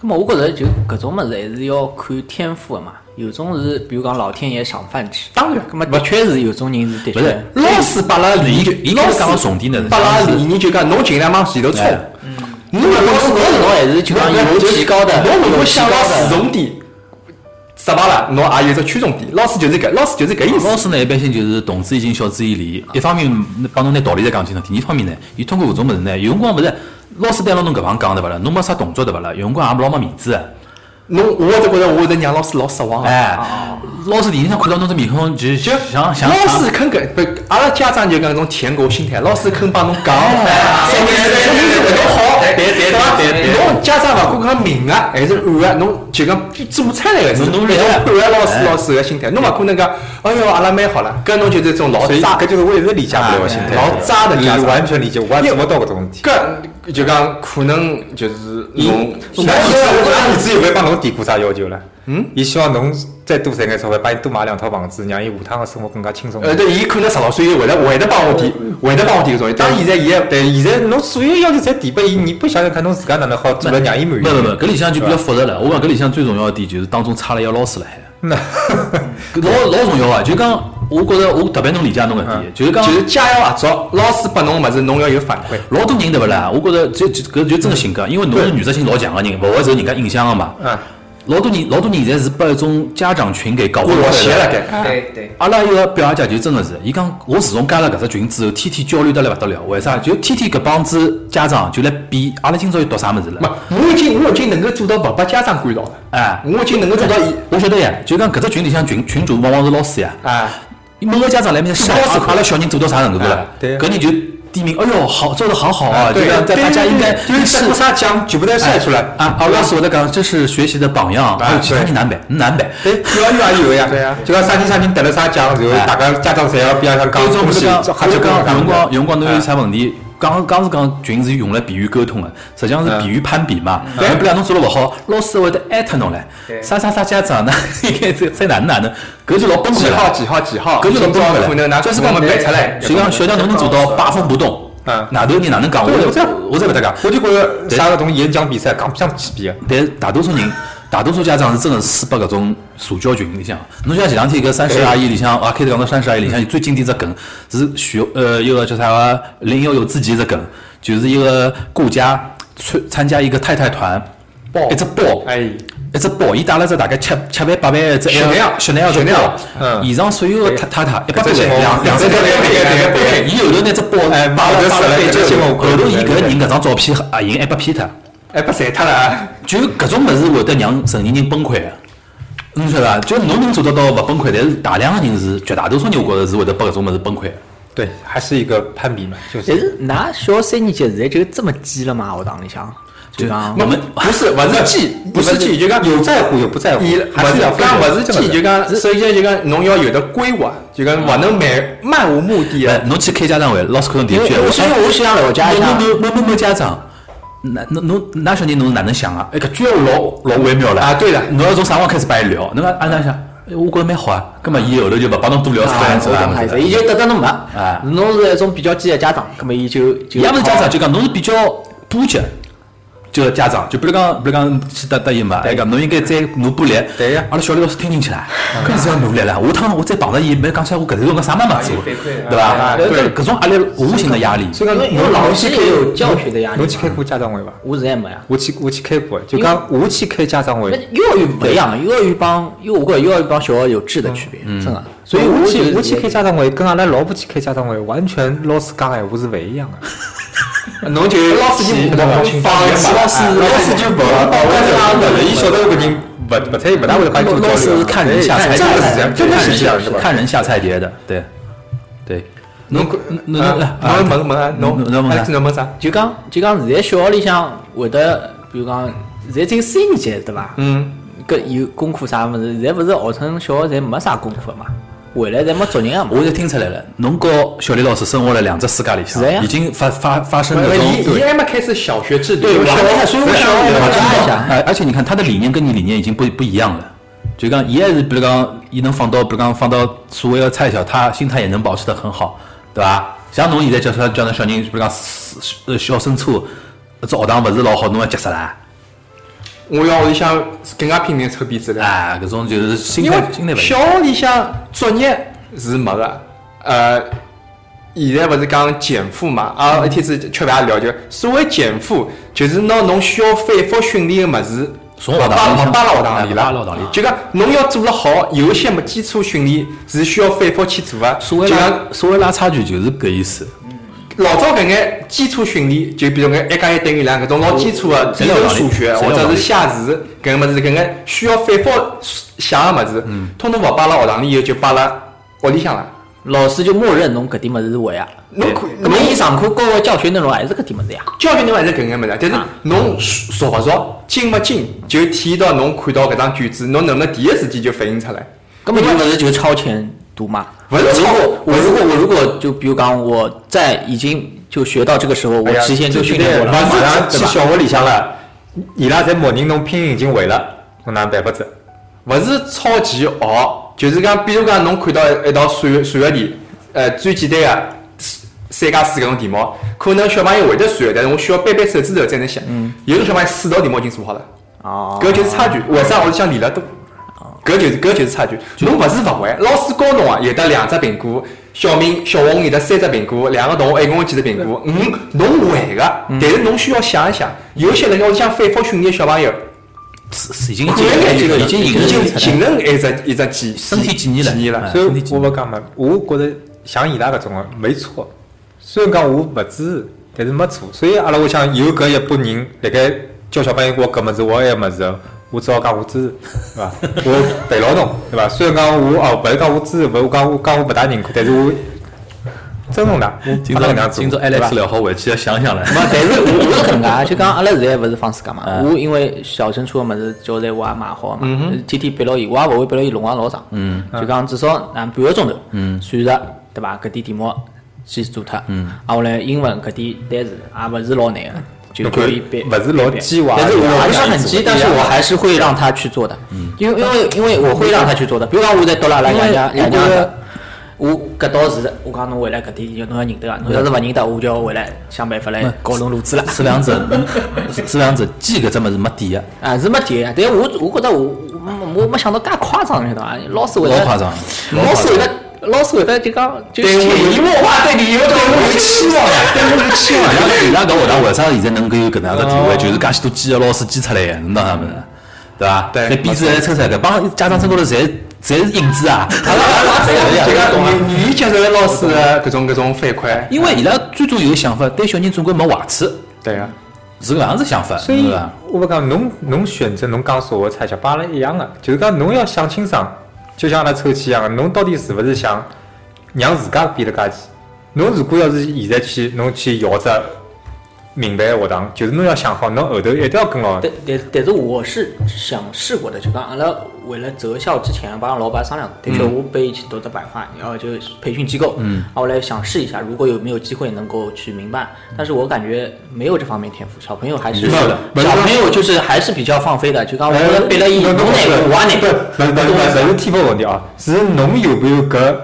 [SPEAKER 4] 咁么，我觉着就搿种物事还是要看天赋的嘛。有种是，比如讲老天爷赏饭吃。
[SPEAKER 3] 当然
[SPEAKER 4] 咁么的确是有种人是的
[SPEAKER 5] 不是
[SPEAKER 4] 确。
[SPEAKER 3] 老师把拉理
[SPEAKER 5] 伊伊
[SPEAKER 3] 老师
[SPEAKER 5] 讲个重点呢是
[SPEAKER 3] 把拉理念就讲侬尽量往前头冲
[SPEAKER 5] 哎。
[SPEAKER 3] 侬勿老师
[SPEAKER 4] 搿种还是就讲有提高的，
[SPEAKER 3] 侬如果想到
[SPEAKER 4] 有提高
[SPEAKER 3] 始
[SPEAKER 4] 的
[SPEAKER 3] 终点，失败了，侬也有只驱动点。老师就是搿，老师就是搿意
[SPEAKER 5] 老
[SPEAKER 3] 思。
[SPEAKER 5] 师呢，一般性就是动之以情，晓之以理。一方面帮侬拿道理再讲清楚，第二方面呢，伊通过搿种物事呢，有辰光勿是老师对阿拉侬搿方讲对勿啦？侬没啥动作对勿啦？有辰光也老没面子的。
[SPEAKER 3] 侬我会得觉着我会得让老师老失望啊。
[SPEAKER 5] 哎，老师第一天看到侬这面孔，就就想想
[SPEAKER 3] 老师肯跟不，阿拉家长就讲那种舔狗心态，老师肯帮侬讲，说明说明是为侬好，对吧？侬家长勿管讲明个还是暗个，侬就讲做出来个是
[SPEAKER 5] 努力
[SPEAKER 3] 种暗个老师老师个心态，侬勿可能讲，哎哟，阿拉蛮好了，搿侬就是一种老
[SPEAKER 7] 所以
[SPEAKER 3] 渣，
[SPEAKER 7] 搿就是我一直理解不了的心态，
[SPEAKER 3] 老渣的家长，
[SPEAKER 7] 你完全理解，我也做不到搿种事体。
[SPEAKER 3] 搿就讲可能就是侬，
[SPEAKER 7] 那你那你自己会帮侬提过啥要求了？嗯，伊希望侬再多赚眼钞票，帮伊多买两套房子，让伊下趟个生活更加轻松。
[SPEAKER 3] 呃，对，伊可能十六岁会得会得帮我提，会得帮我提搿种，
[SPEAKER 7] 但
[SPEAKER 3] 但现
[SPEAKER 7] 现
[SPEAKER 3] 在
[SPEAKER 7] 在伊也对，现在侬所有要求侪提拨伊，你不想想看侬自家哪能好做了让伊满意？
[SPEAKER 5] 不不不，搿里向就比较复杂了。我讲搿里向最重要的点就是当中差了一个老师辣海。搿老老重要啊！就讲，我觉着我特别能理解侬搿点，嗯就是讲，
[SPEAKER 3] 就是家要合作，老师拨侬个物事，侬要有反馈。
[SPEAKER 5] 老多人对勿啦？我觉着这这搿就真个性格，因为侬是原则性老强个人，勿会受人家影响个嘛。
[SPEAKER 7] 啊，
[SPEAKER 5] 老多人，老多人现在是被一种家长群给搞混
[SPEAKER 3] 裹挟
[SPEAKER 5] 了
[SPEAKER 3] 了该。
[SPEAKER 1] 对对，
[SPEAKER 5] 阿拉一个表姐就真的是，伊讲我自从加了搿只群之后，天天焦虑得来勿得了。为啥？就天天搿帮子家长就来比阿拉今朝要读啥物事了。
[SPEAKER 3] 不，我已经我已经能够做到勿把家长干扰了。
[SPEAKER 5] 哎
[SPEAKER 3] 我已经能够做到一
[SPEAKER 5] 我晓得呀，就讲搿只群里向群群主往往是老师呀。
[SPEAKER 3] 啊，
[SPEAKER 5] 某个家长来面想，
[SPEAKER 3] 老师
[SPEAKER 5] 阿拉小人做到啥程度了
[SPEAKER 3] 哎？对
[SPEAKER 5] 搿人就点名，哎哟，好做得好好啊！就
[SPEAKER 3] 对
[SPEAKER 5] 讲
[SPEAKER 3] 对
[SPEAKER 5] 大家
[SPEAKER 3] 对
[SPEAKER 5] 应该
[SPEAKER 3] 对就是是啥讲全部都晒出来
[SPEAKER 5] 啊！阿拉所的讲，这是学习的榜样，还有其他人难办，难办。
[SPEAKER 3] 对，有啊有啊有呀，对呀，
[SPEAKER 7] 就讲啥人啥人得了啥奖，然
[SPEAKER 5] 哎
[SPEAKER 7] 后大家家长侪要边上讲
[SPEAKER 5] 搿种
[SPEAKER 7] 恭
[SPEAKER 5] 是
[SPEAKER 7] 喜，
[SPEAKER 5] 讲，
[SPEAKER 7] 瞎
[SPEAKER 5] 就
[SPEAKER 7] 结棍
[SPEAKER 5] 讲
[SPEAKER 7] 讲
[SPEAKER 5] 辰光，辰光侬有啥问题？刚刚是讲群是用来比喻沟通的，实际上是比喻攀比嘛。要不然侬做了勿好，老师会得艾特侬嘞。啥啥啥家长呢？应该在在哪能哪能？搿就老崩溃
[SPEAKER 3] 几号
[SPEAKER 5] 了。
[SPEAKER 3] 几号几号，
[SPEAKER 5] 搿就老
[SPEAKER 3] 今朝
[SPEAKER 5] 崩溃
[SPEAKER 3] 可能拿
[SPEAKER 5] 了。就是讲
[SPEAKER 3] 我们背出来，
[SPEAKER 5] 就讲小强侬能做到八风不动，
[SPEAKER 4] 啊
[SPEAKER 3] 嗯
[SPEAKER 5] 外头人哪能讲？
[SPEAKER 7] 对
[SPEAKER 5] 我
[SPEAKER 7] 我
[SPEAKER 5] 才
[SPEAKER 7] 才
[SPEAKER 5] 我才勿搭讲。
[SPEAKER 7] 我就觉着
[SPEAKER 5] 对
[SPEAKER 7] 啥搿种演讲比赛讲不上几遍，
[SPEAKER 5] 但大多数人，大多数家长是真的是输拨搿种社交群里向。侬像前两天搿三十阿姨里向，啊，开头讲到三十阿姨里向，最经典只梗是学呃一个叫啥个零幺有自己只梗，就是一个顾家参参加一个太太团，一只包，
[SPEAKER 3] 哎，
[SPEAKER 5] 一只包，伊带了只大概七七万八万的只
[SPEAKER 3] 雪纳雅
[SPEAKER 5] 雪纳雅只
[SPEAKER 3] 雪纳雅
[SPEAKER 5] 包，
[SPEAKER 3] 嗯
[SPEAKER 5] 以上所有的太太太一百多
[SPEAKER 3] 这
[SPEAKER 5] 万
[SPEAKER 3] 些哦
[SPEAKER 5] 两两
[SPEAKER 3] 这
[SPEAKER 5] 三
[SPEAKER 3] 些
[SPEAKER 5] 百
[SPEAKER 3] 对
[SPEAKER 5] 万。
[SPEAKER 3] 对对对
[SPEAKER 5] 伊后头拿只包哎，
[SPEAKER 3] 买了
[SPEAKER 5] 死了，
[SPEAKER 3] 买了
[SPEAKER 5] 就
[SPEAKER 3] 买了
[SPEAKER 5] 后头伊搿个人搿张照片合影还被 P 脱。
[SPEAKER 3] 哎，被晒脱了啊！
[SPEAKER 5] 就搿种物事会得让成年人崩溃的，侬晓得伐？就侬能做得到勿崩溃，但是大量的人是绝大多数人，我觉着是会得被搿种物事崩溃的。
[SPEAKER 7] 对，还是一个攀比嘛，就
[SPEAKER 4] 但
[SPEAKER 7] 是
[SPEAKER 4] 是㑚小学三年级现在就这么鸡了嘛？学堂里向就讲
[SPEAKER 5] 我们
[SPEAKER 3] 不是，勿是记，不是记，就讲
[SPEAKER 7] 有在乎有不在乎
[SPEAKER 3] 伊，
[SPEAKER 7] 还是要
[SPEAKER 3] 勿是讲勿是
[SPEAKER 7] 这
[SPEAKER 3] 记，就讲首先就讲侬要有的规划，就讲勿能漫漫无目的
[SPEAKER 5] 哎
[SPEAKER 3] 的，
[SPEAKER 5] 侬去开家长会，老师可能第一
[SPEAKER 4] 因
[SPEAKER 5] 句闲
[SPEAKER 4] 为我所以
[SPEAKER 5] 话，
[SPEAKER 4] 我想了解一下
[SPEAKER 5] 某，某某某某家长，那侬侬哪小人侬是哪能想啊？哎，搿句闲话老老微妙了
[SPEAKER 3] 啊对了
[SPEAKER 5] 侬要从啥辰光开始帮伊聊？侬讲按哪想？哎，我觉着蛮好啊，葛末伊后头就勿帮侬多聊啥
[SPEAKER 4] 啊
[SPEAKER 5] 啥
[SPEAKER 4] 我懂
[SPEAKER 5] 啥
[SPEAKER 4] 他意
[SPEAKER 5] 物事
[SPEAKER 4] 思，
[SPEAKER 5] 了。
[SPEAKER 4] 伊就得得
[SPEAKER 5] 哎
[SPEAKER 4] 侬没，啊侬是一种比较鸡的家长，葛么伊就就
[SPEAKER 5] 也不是家长，就讲侬是比较波及，就是家长，就比如讲，比如讲去搭搭伊嘛，哎讲侬应该再努把力。
[SPEAKER 3] 对呀
[SPEAKER 5] 阿拉小刘老师听进去了，搿是要努力了。下趟我再碰着伊，没讲起来我搿头讲啥妈妈做，对伐？
[SPEAKER 3] 啊
[SPEAKER 5] 对
[SPEAKER 3] 对
[SPEAKER 5] 搿搿种压力无形的压力。
[SPEAKER 7] 所以讲
[SPEAKER 4] 因为老师也有教学的压力
[SPEAKER 7] 侬去开
[SPEAKER 4] 嘛。
[SPEAKER 7] 过家长会伐？
[SPEAKER 4] 我现在没呀，
[SPEAKER 7] 我去我去开过，就讲我去开家长
[SPEAKER 4] 那
[SPEAKER 7] 会。
[SPEAKER 4] 幼儿园不一样，幼儿园帮幼我觉得幼儿园帮小学有质的区别，真的。所
[SPEAKER 7] 所
[SPEAKER 4] 以
[SPEAKER 7] 以我
[SPEAKER 4] 我
[SPEAKER 7] 去
[SPEAKER 4] 就
[SPEAKER 7] 我去开家长会，跟阿拉老婆去开家长会，完全老师讲的闲话是勿一样的。
[SPEAKER 3] 侬就老师就勿放弃老师啊老师就勿但是啊，勿伊晓得搿人勿勿睬伊，勿大会帮伊做交
[SPEAKER 5] 老师是
[SPEAKER 3] 流。哎
[SPEAKER 5] 看人下菜碟
[SPEAKER 3] 真
[SPEAKER 5] 的，
[SPEAKER 3] 的是这样，真的是这样，是
[SPEAKER 5] 哎看人
[SPEAKER 3] 吧？
[SPEAKER 5] 看人下菜碟的，对对。侬侬侬
[SPEAKER 3] 啊侬问问啊，侬
[SPEAKER 5] 侬问
[SPEAKER 3] 阿拉今朝问啥？
[SPEAKER 4] 就讲就讲现在小学里向会得，比如讲现在只有三年级对伐？
[SPEAKER 3] 嗯，
[SPEAKER 4] 搿有功课啥物事，现在勿是号称小学侪没啥功课嘛，回来侪没作业嘛。
[SPEAKER 5] 我就听出来了，侬和小李老师生活在两只世界里向
[SPEAKER 4] 是，呀
[SPEAKER 5] 已经发发发生
[SPEAKER 3] 勿
[SPEAKER 5] 那种
[SPEAKER 3] 伊伊还没开始小学制度，
[SPEAKER 4] 对我晓得所以我想
[SPEAKER 3] 对吧
[SPEAKER 4] 了解一下
[SPEAKER 5] 哎，而且你看他的理念跟你理念已经不不一样了，就讲伊还是比如讲，伊能放到比如讲放到所谓的菜小，他心态也能保持得很好，对吧？像侬现在叫他叫那小人，比如讲呃小升初，这学堂勿是老好，侬要急死啦！
[SPEAKER 3] 我要屋里向更加拼命抽鼻子了。
[SPEAKER 5] 哎，搿种就是心
[SPEAKER 3] 因为
[SPEAKER 5] 态心态勿一
[SPEAKER 3] 小
[SPEAKER 5] 样。
[SPEAKER 3] 学里向作业是没个，呃，现在勿是讲减负嘛？啊，
[SPEAKER 5] 嗯
[SPEAKER 3] 一天子吃饭也聊就，所谓减负就是拿侬消费和训练个物事。
[SPEAKER 5] 从
[SPEAKER 3] 勿
[SPEAKER 5] 学
[SPEAKER 3] 摆
[SPEAKER 5] 堂里向
[SPEAKER 3] 勿摆辣学堂
[SPEAKER 5] 哎
[SPEAKER 3] 里
[SPEAKER 5] 勿
[SPEAKER 3] 了，
[SPEAKER 5] 摆辣学堂里
[SPEAKER 3] 就讲侬要做了好，有一些么基础训练是需要反复去做个。
[SPEAKER 5] 所谓
[SPEAKER 3] 就
[SPEAKER 5] 拉
[SPEAKER 3] 讲
[SPEAKER 5] 所谓拉差距就是搿意思。
[SPEAKER 3] 老早搿眼基础训练，就比如讲一加一等于两搿种老基础的
[SPEAKER 5] 谁
[SPEAKER 3] 理
[SPEAKER 5] 料
[SPEAKER 3] 论
[SPEAKER 5] 道理
[SPEAKER 3] 数学
[SPEAKER 5] 谁
[SPEAKER 3] 或
[SPEAKER 5] 料道
[SPEAKER 3] 者
[SPEAKER 5] 理
[SPEAKER 3] 是写字搿眼物事，搿眼需要反复想个物事，
[SPEAKER 5] 嗯
[SPEAKER 3] 通通勿摆辣学堂里以后就摆辣屋里向了。
[SPEAKER 4] 老师就默认侬搿点物事是会啊。
[SPEAKER 3] 侬可
[SPEAKER 4] 搿
[SPEAKER 3] 侬
[SPEAKER 4] 么伊上课教个教学内容还是搿点物事呀？
[SPEAKER 3] 教育侬还是搿眼物事，啊但是
[SPEAKER 5] 啊
[SPEAKER 3] 侬熟勿熟、精勿精，就体现到侬看到搿张卷子，侬能不能第一时间就反应出来？
[SPEAKER 4] 根本就勿是就超前读嘛。
[SPEAKER 3] 勿是
[SPEAKER 4] 如
[SPEAKER 3] 超
[SPEAKER 4] 果我如果我如果就比如讲我在已经就学到这个时候，我
[SPEAKER 7] 哎呀
[SPEAKER 4] 提前就
[SPEAKER 7] 这
[SPEAKER 4] 训练过了，
[SPEAKER 7] 对
[SPEAKER 4] 马
[SPEAKER 7] 马
[SPEAKER 4] 上
[SPEAKER 7] 上
[SPEAKER 4] 对
[SPEAKER 7] 去
[SPEAKER 4] 吧？
[SPEAKER 7] 小学里向了，伊拉侪默认侬拼音已经会了，侬哪能办法子？
[SPEAKER 3] 勿是超前学，就是讲，比如讲，侬看到一道数数学题，呃，最简单个三加四搿种题目，可能小朋友会得算，但是我需要扳扳手指头才能写。
[SPEAKER 7] 嗯
[SPEAKER 3] 有种小朋友四道题目已经做好了，
[SPEAKER 4] 哦
[SPEAKER 3] 搿就是差距。为啥屋里向练了多？搿就是搿就是差距。侬勿是勿会，老师教侬啊，有得两只苹果，小明、小红有得三只苹果，两个同学一共有几只苹果？嗯，侬会个，但是侬需要想一想，有些人家屋里向反复训练小朋友，
[SPEAKER 5] 已经已经已经
[SPEAKER 1] 已
[SPEAKER 5] 形
[SPEAKER 1] 经
[SPEAKER 5] 成
[SPEAKER 1] 形成一只一只记
[SPEAKER 5] 身体记忆了
[SPEAKER 1] 记忆了
[SPEAKER 5] 哎。
[SPEAKER 3] 所以我勿讲嘛，我觉着像伊拉搿种个没错。虽然讲我勿支持，但是没错。所以阿拉屋里向有搿一拨人辣盖教小朋友学搿物事，学埃物事，我只好讲我支持，对伐？我陪牢侬，对伐？虽然讲我哦，勿是讲我支持，勿是讲我讲我勿大认可，但是我尊重㑚，我
[SPEAKER 5] 今
[SPEAKER 3] 阿拉搿能
[SPEAKER 5] 朝
[SPEAKER 3] 样做，
[SPEAKER 5] 今朝
[SPEAKER 3] 对伐
[SPEAKER 5] Alex 聊好，回去要想想了。
[SPEAKER 4] 没，啊但是我 我是搿能介，就讲阿拉现在勿是放暑假嘛，
[SPEAKER 3] 嗯
[SPEAKER 4] 我因为小升初个物事教材我也买好个嘛，天天背牢伊，我也勿会背牢伊辰光老长，
[SPEAKER 3] 嗯
[SPEAKER 4] 就讲至少哪半个钟头，算着对伐？搿点题目先做脱，
[SPEAKER 3] 嗯
[SPEAKER 4] 啊，后来英文搿点单词也勿是老难个，就
[SPEAKER 3] 侬看
[SPEAKER 4] 可以背，
[SPEAKER 3] 勿是老鸡娃
[SPEAKER 4] 但是我
[SPEAKER 3] 对吧
[SPEAKER 4] 还是很急，但是我还是会让他去做的，
[SPEAKER 3] 嗯
[SPEAKER 4] 因为因为因为我会让他去做的。比如讲，我在读了阿拉爷
[SPEAKER 10] 因为
[SPEAKER 4] 娘
[SPEAKER 10] 因为
[SPEAKER 4] 爷娘的，我搿道字，我讲侬回来搿点就侬要认得啊，侬要是勿认得，我就要回来想办法来搞侬路子了。
[SPEAKER 5] 是两者，嗯是两者，记搿只物事没底个，
[SPEAKER 4] 啊，是没点啊，但我我觉得我我我没想到介夸张，你晓得伐？老师会得
[SPEAKER 5] 老夸张，
[SPEAKER 4] 老师会得老师会得就讲就潜移默化对你有种期望
[SPEAKER 5] 伊拉伊拉搿学堂为啥现在能够有搿能样个地位？就是介许多几个老师激出来个，侬懂啥物事？对伐？
[SPEAKER 11] 对
[SPEAKER 5] 那编制还抽出来搿帮家长身高头侪侪是影子啊！
[SPEAKER 1] 就讲你你接受老师的搿种搿种反馈，
[SPEAKER 5] 因为伊拉最终有个想法，对小人总归没坏处，
[SPEAKER 1] 对个。
[SPEAKER 5] 是搿样子想法，
[SPEAKER 3] 所
[SPEAKER 5] 是
[SPEAKER 3] 以
[SPEAKER 5] 伐？
[SPEAKER 3] 我勿讲侬侬选择侬讲所谓菜吃帮阿拉一样的，就是讲侬要想清爽，就像阿拉抽签一样的，侬到底是勿是想让自家变得介奇？侬如果要是现在去侬去摇只名牌学堂，就是侬要想好，侬后头一定要跟牢。
[SPEAKER 4] 但但但是我是想试过的，就讲阿拉为了择校之前帮老板商量，的确我被一起读的百化，然后就是培训机构，嗯，后来想试一下，如果有没有机会能够去民办，但是我感觉没有这方面天赋，小朋友还是
[SPEAKER 3] 没有的哎没有
[SPEAKER 4] 小朋友就是还是比较放飞的，就讲我们背了一
[SPEAKER 3] 侬
[SPEAKER 4] 侬哪
[SPEAKER 3] 侬
[SPEAKER 4] 个我哪
[SPEAKER 3] 不是
[SPEAKER 4] 个，
[SPEAKER 3] 不是不是不是不是天赋问题啊，是侬有没有搿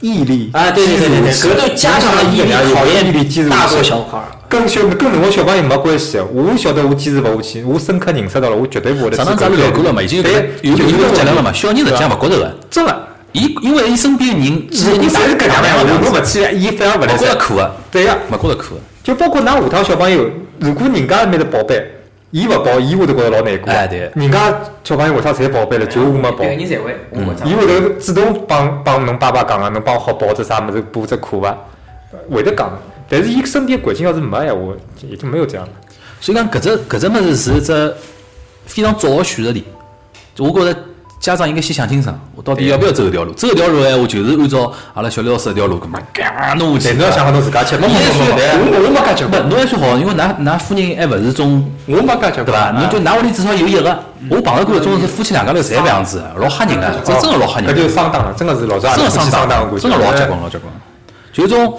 [SPEAKER 3] 毅力
[SPEAKER 4] 啊，对对对对对，格斗加上了毅力考
[SPEAKER 3] 毅力基
[SPEAKER 4] 验
[SPEAKER 3] 础
[SPEAKER 4] 大多小孩儿。
[SPEAKER 3] 跟小跟侬个小朋友没关系，我晓得我坚持勿下去，我深刻认识到了，我绝对勿会得
[SPEAKER 5] 上趟
[SPEAKER 3] 去
[SPEAKER 5] 咱
[SPEAKER 3] 搞
[SPEAKER 5] 们聊
[SPEAKER 3] 这个
[SPEAKER 5] 过了嘛，已经有
[SPEAKER 3] 对
[SPEAKER 5] 有有
[SPEAKER 3] 就
[SPEAKER 5] 有
[SPEAKER 3] 是
[SPEAKER 5] 个
[SPEAKER 3] 这
[SPEAKER 5] 结
[SPEAKER 3] 个
[SPEAKER 5] 论了嘛。小人实际上勿觉着个，
[SPEAKER 3] 真的，
[SPEAKER 5] 伊因为伊身边人，
[SPEAKER 3] 如果
[SPEAKER 5] 伊
[SPEAKER 3] 你侪是搿能样
[SPEAKER 5] 勿
[SPEAKER 3] 的，侬勿去，伊反而勿来
[SPEAKER 5] 觉着
[SPEAKER 3] 塞。
[SPEAKER 5] 苦个，
[SPEAKER 3] 对呀，
[SPEAKER 5] 勿觉着苦个。啊
[SPEAKER 3] 就包括㑚下趟小朋友，如果人家埃面头报班，伊勿报，伊会得觉着老难过。
[SPEAKER 5] 哎对
[SPEAKER 3] 人家小朋友下趟侪报班了，就我没报
[SPEAKER 10] 每。个人侪
[SPEAKER 4] 哦
[SPEAKER 10] 会，我觉着
[SPEAKER 3] 伊会头主动帮帮侬爸爸讲啊，侬帮我好报只啥物事补只课伐？啊会得讲，但是伊身边环境要是没闲话，也就没有这样了。
[SPEAKER 5] 所以讲，搿只搿只物事是一只非常早个选择题。我觉着家长应该先想清爽，我到底要不要走搿条路？走搿条路的闲话，就是按照阿拉小李老师搿条路，搿么嘎弄下
[SPEAKER 3] 但
[SPEAKER 5] 去。
[SPEAKER 3] 侬要想好侬自家吃，没
[SPEAKER 5] 伊还算
[SPEAKER 3] 我我没介结
[SPEAKER 5] 不，侬还算好，因为㑚㑚夫人还勿是种，
[SPEAKER 3] 我没介结
[SPEAKER 5] 对伐？侬就㑚屋里至少有一个。我碰到过种是夫妻两家头侪搿样子的，老吓人个，这真个老吓人啊
[SPEAKER 3] 搿
[SPEAKER 5] 的。
[SPEAKER 3] 就是上当了，真的是老早阿
[SPEAKER 5] 真
[SPEAKER 3] 拉
[SPEAKER 5] 的
[SPEAKER 3] 夫
[SPEAKER 5] 上
[SPEAKER 3] 妻上当
[SPEAKER 5] 当
[SPEAKER 3] 过，，
[SPEAKER 5] 真的老结棍老结棍。就是种，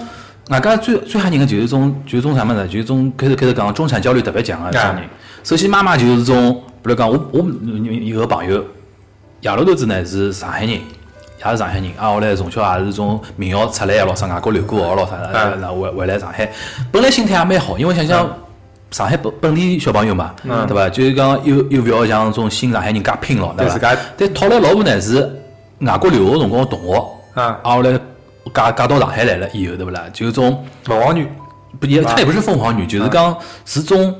[SPEAKER 5] 外加最最吓人的就是种，就是种啥么子，就是种开头开头讲中产焦虑特别强的这种人
[SPEAKER 3] 啊。
[SPEAKER 5] 首先，妈妈就是种，比如讲我我有个朋友，爷老头子呢是上海人，也是上海人，啊后来从小也是从名校出来的，老啥外国留过学咯啥
[SPEAKER 3] 啊
[SPEAKER 5] 的，然后回回来上海，本来心态也蛮好，因为想想。上海本本地小朋友嘛，对伐？就是讲又又勿要像种新上海人介拼咯，对
[SPEAKER 3] 对自家
[SPEAKER 5] 伐？但讨来老婆呢是外国留学辰光的同学，
[SPEAKER 3] 啊
[SPEAKER 5] 后来嫁嫁到上海来了以后，对不啦？就是种
[SPEAKER 3] 凤凰女，
[SPEAKER 5] 不也，她也不是凤凰女，就是讲是种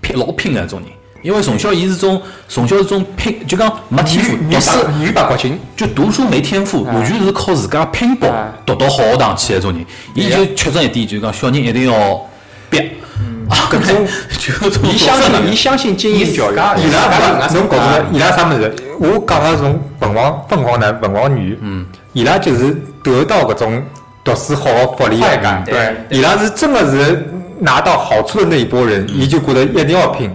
[SPEAKER 5] 拼老拼的那种人。因为从小伊是种从小是种拼，就讲没天赋，
[SPEAKER 3] 女
[SPEAKER 5] 读书
[SPEAKER 3] 八女八国情，
[SPEAKER 5] 就读书没天赋，
[SPEAKER 3] 哎
[SPEAKER 5] 完全是靠自家拼搏读到好学堂去的那种人。
[SPEAKER 3] 哎
[SPEAKER 5] 伊就缺少一点，就是讲小人一定要逼
[SPEAKER 3] 嗯
[SPEAKER 5] 啊，搿种 就是种
[SPEAKER 3] 伊相信伊相信精英教育，伊拉侬搞
[SPEAKER 7] 啊
[SPEAKER 3] 错了，伊拉啥物事？我讲他从凤凰凤凰男凤凰女，嗯，伊拉就是得到搿种读书好的福利
[SPEAKER 1] 快感对，
[SPEAKER 3] 伊拉是真的是拿到好处的那一波人，伊就觉得一定要拼。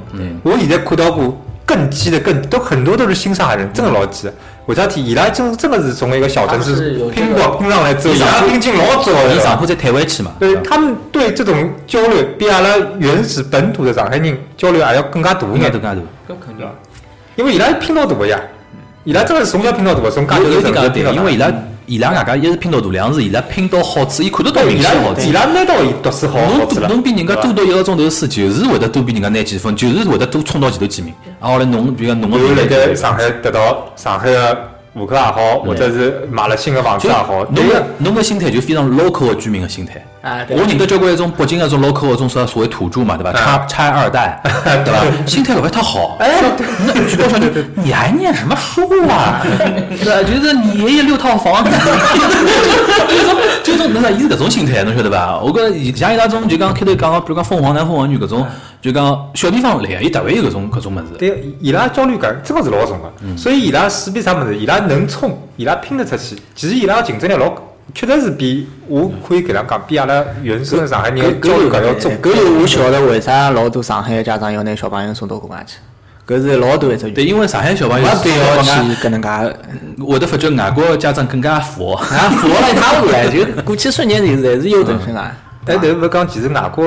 [SPEAKER 3] 我现在看到过更鸡的更都很多都是新上海人，真的老鸡的。为啥体？伊拉就真的是从一个小城
[SPEAKER 4] 他们是
[SPEAKER 3] 市
[SPEAKER 4] 有这个
[SPEAKER 3] 拼搏拼上来之后，伊拉拼劲老早
[SPEAKER 5] 伊
[SPEAKER 3] 的。
[SPEAKER 5] 上坡再退回去嘛。
[SPEAKER 3] 对他们对这种交流比阿拉原始本土的上海人交流还要更加大
[SPEAKER 5] 应该
[SPEAKER 3] 眼
[SPEAKER 5] 都，介大。
[SPEAKER 10] 搿肯定。
[SPEAKER 3] 因为伊拉拼到大的呀，伊拉真的是从小拼到大的，从家
[SPEAKER 5] 有
[SPEAKER 3] 就
[SPEAKER 5] 有
[SPEAKER 3] 是
[SPEAKER 5] 点
[SPEAKER 3] 从
[SPEAKER 5] 讲得
[SPEAKER 3] 拼
[SPEAKER 5] 对
[SPEAKER 3] 到，大
[SPEAKER 5] 因为伊拉伊拉外加一是拼到大，两是伊拉拼到好处，伊看得到
[SPEAKER 3] 对
[SPEAKER 5] 明
[SPEAKER 3] 伊
[SPEAKER 5] 显好
[SPEAKER 3] 拉
[SPEAKER 5] 处
[SPEAKER 3] 伊。拉拿到伊读书好好
[SPEAKER 5] 侬
[SPEAKER 3] 处
[SPEAKER 5] 多
[SPEAKER 3] 了，
[SPEAKER 5] 侬比人家
[SPEAKER 3] 对
[SPEAKER 5] 多
[SPEAKER 3] 吧
[SPEAKER 5] 读一个钟头书，就是会得多比人家拿几分，就是会得多冲到前头几名。啊，后来侬比如讲侬个
[SPEAKER 3] 然后
[SPEAKER 5] 名
[SPEAKER 3] 辣
[SPEAKER 5] 单
[SPEAKER 3] 盖上海得到上海的户口也好，或者是买了新的房子
[SPEAKER 5] 就
[SPEAKER 3] 也好，
[SPEAKER 5] 侬
[SPEAKER 1] 嗯
[SPEAKER 3] 对
[SPEAKER 5] 个侬个心态就非常 local 的居民的心态。
[SPEAKER 1] 啊，对
[SPEAKER 5] 我认得交关一种北京的这种 local 的这种啥所谓土著嘛，对吧？差差二 代，嗯对吧？心态老外他好。哎，那徐 光兄弟，你还念什么书啊？对，就是你爷爷六套房， 就是种就是种那啥，伊是搿种心态，侬晓得伐？我觉着像伊拉种就讲开头讲个，比如讲凤凰男、凤凰女搿种，就讲小地方来，伊特别有搿种搿种物事。
[SPEAKER 7] 对，伊拉焦虑感真个是老重个，所以伊拉势必啥物事，伊拉能冲，伊拉拼得出去。其实伊拉竞争力老，确实是比我可以搿能讲，比阿拉原生的上海人的焦虑感要重。
[SPEAKER 4] 搿就我晓得为啥老多上海的家长要拿小朋友送到国外去，搿是老大一只原
[SPEAKER 5] 对，
[SPEAKER 4] 因。
[SPEAKER 5] 因为上海小朋友
[SPEAKER 4] 没必要去搿能介，
[SPEAKER 5] 我得发觉外国的家长更加佛。
[SPEAKER 4] 啊，服了一塌糊 涂哎！就过去十年里侪是优等生啊。
[SPEAKER 7] 哎但但是勿讲，其实外国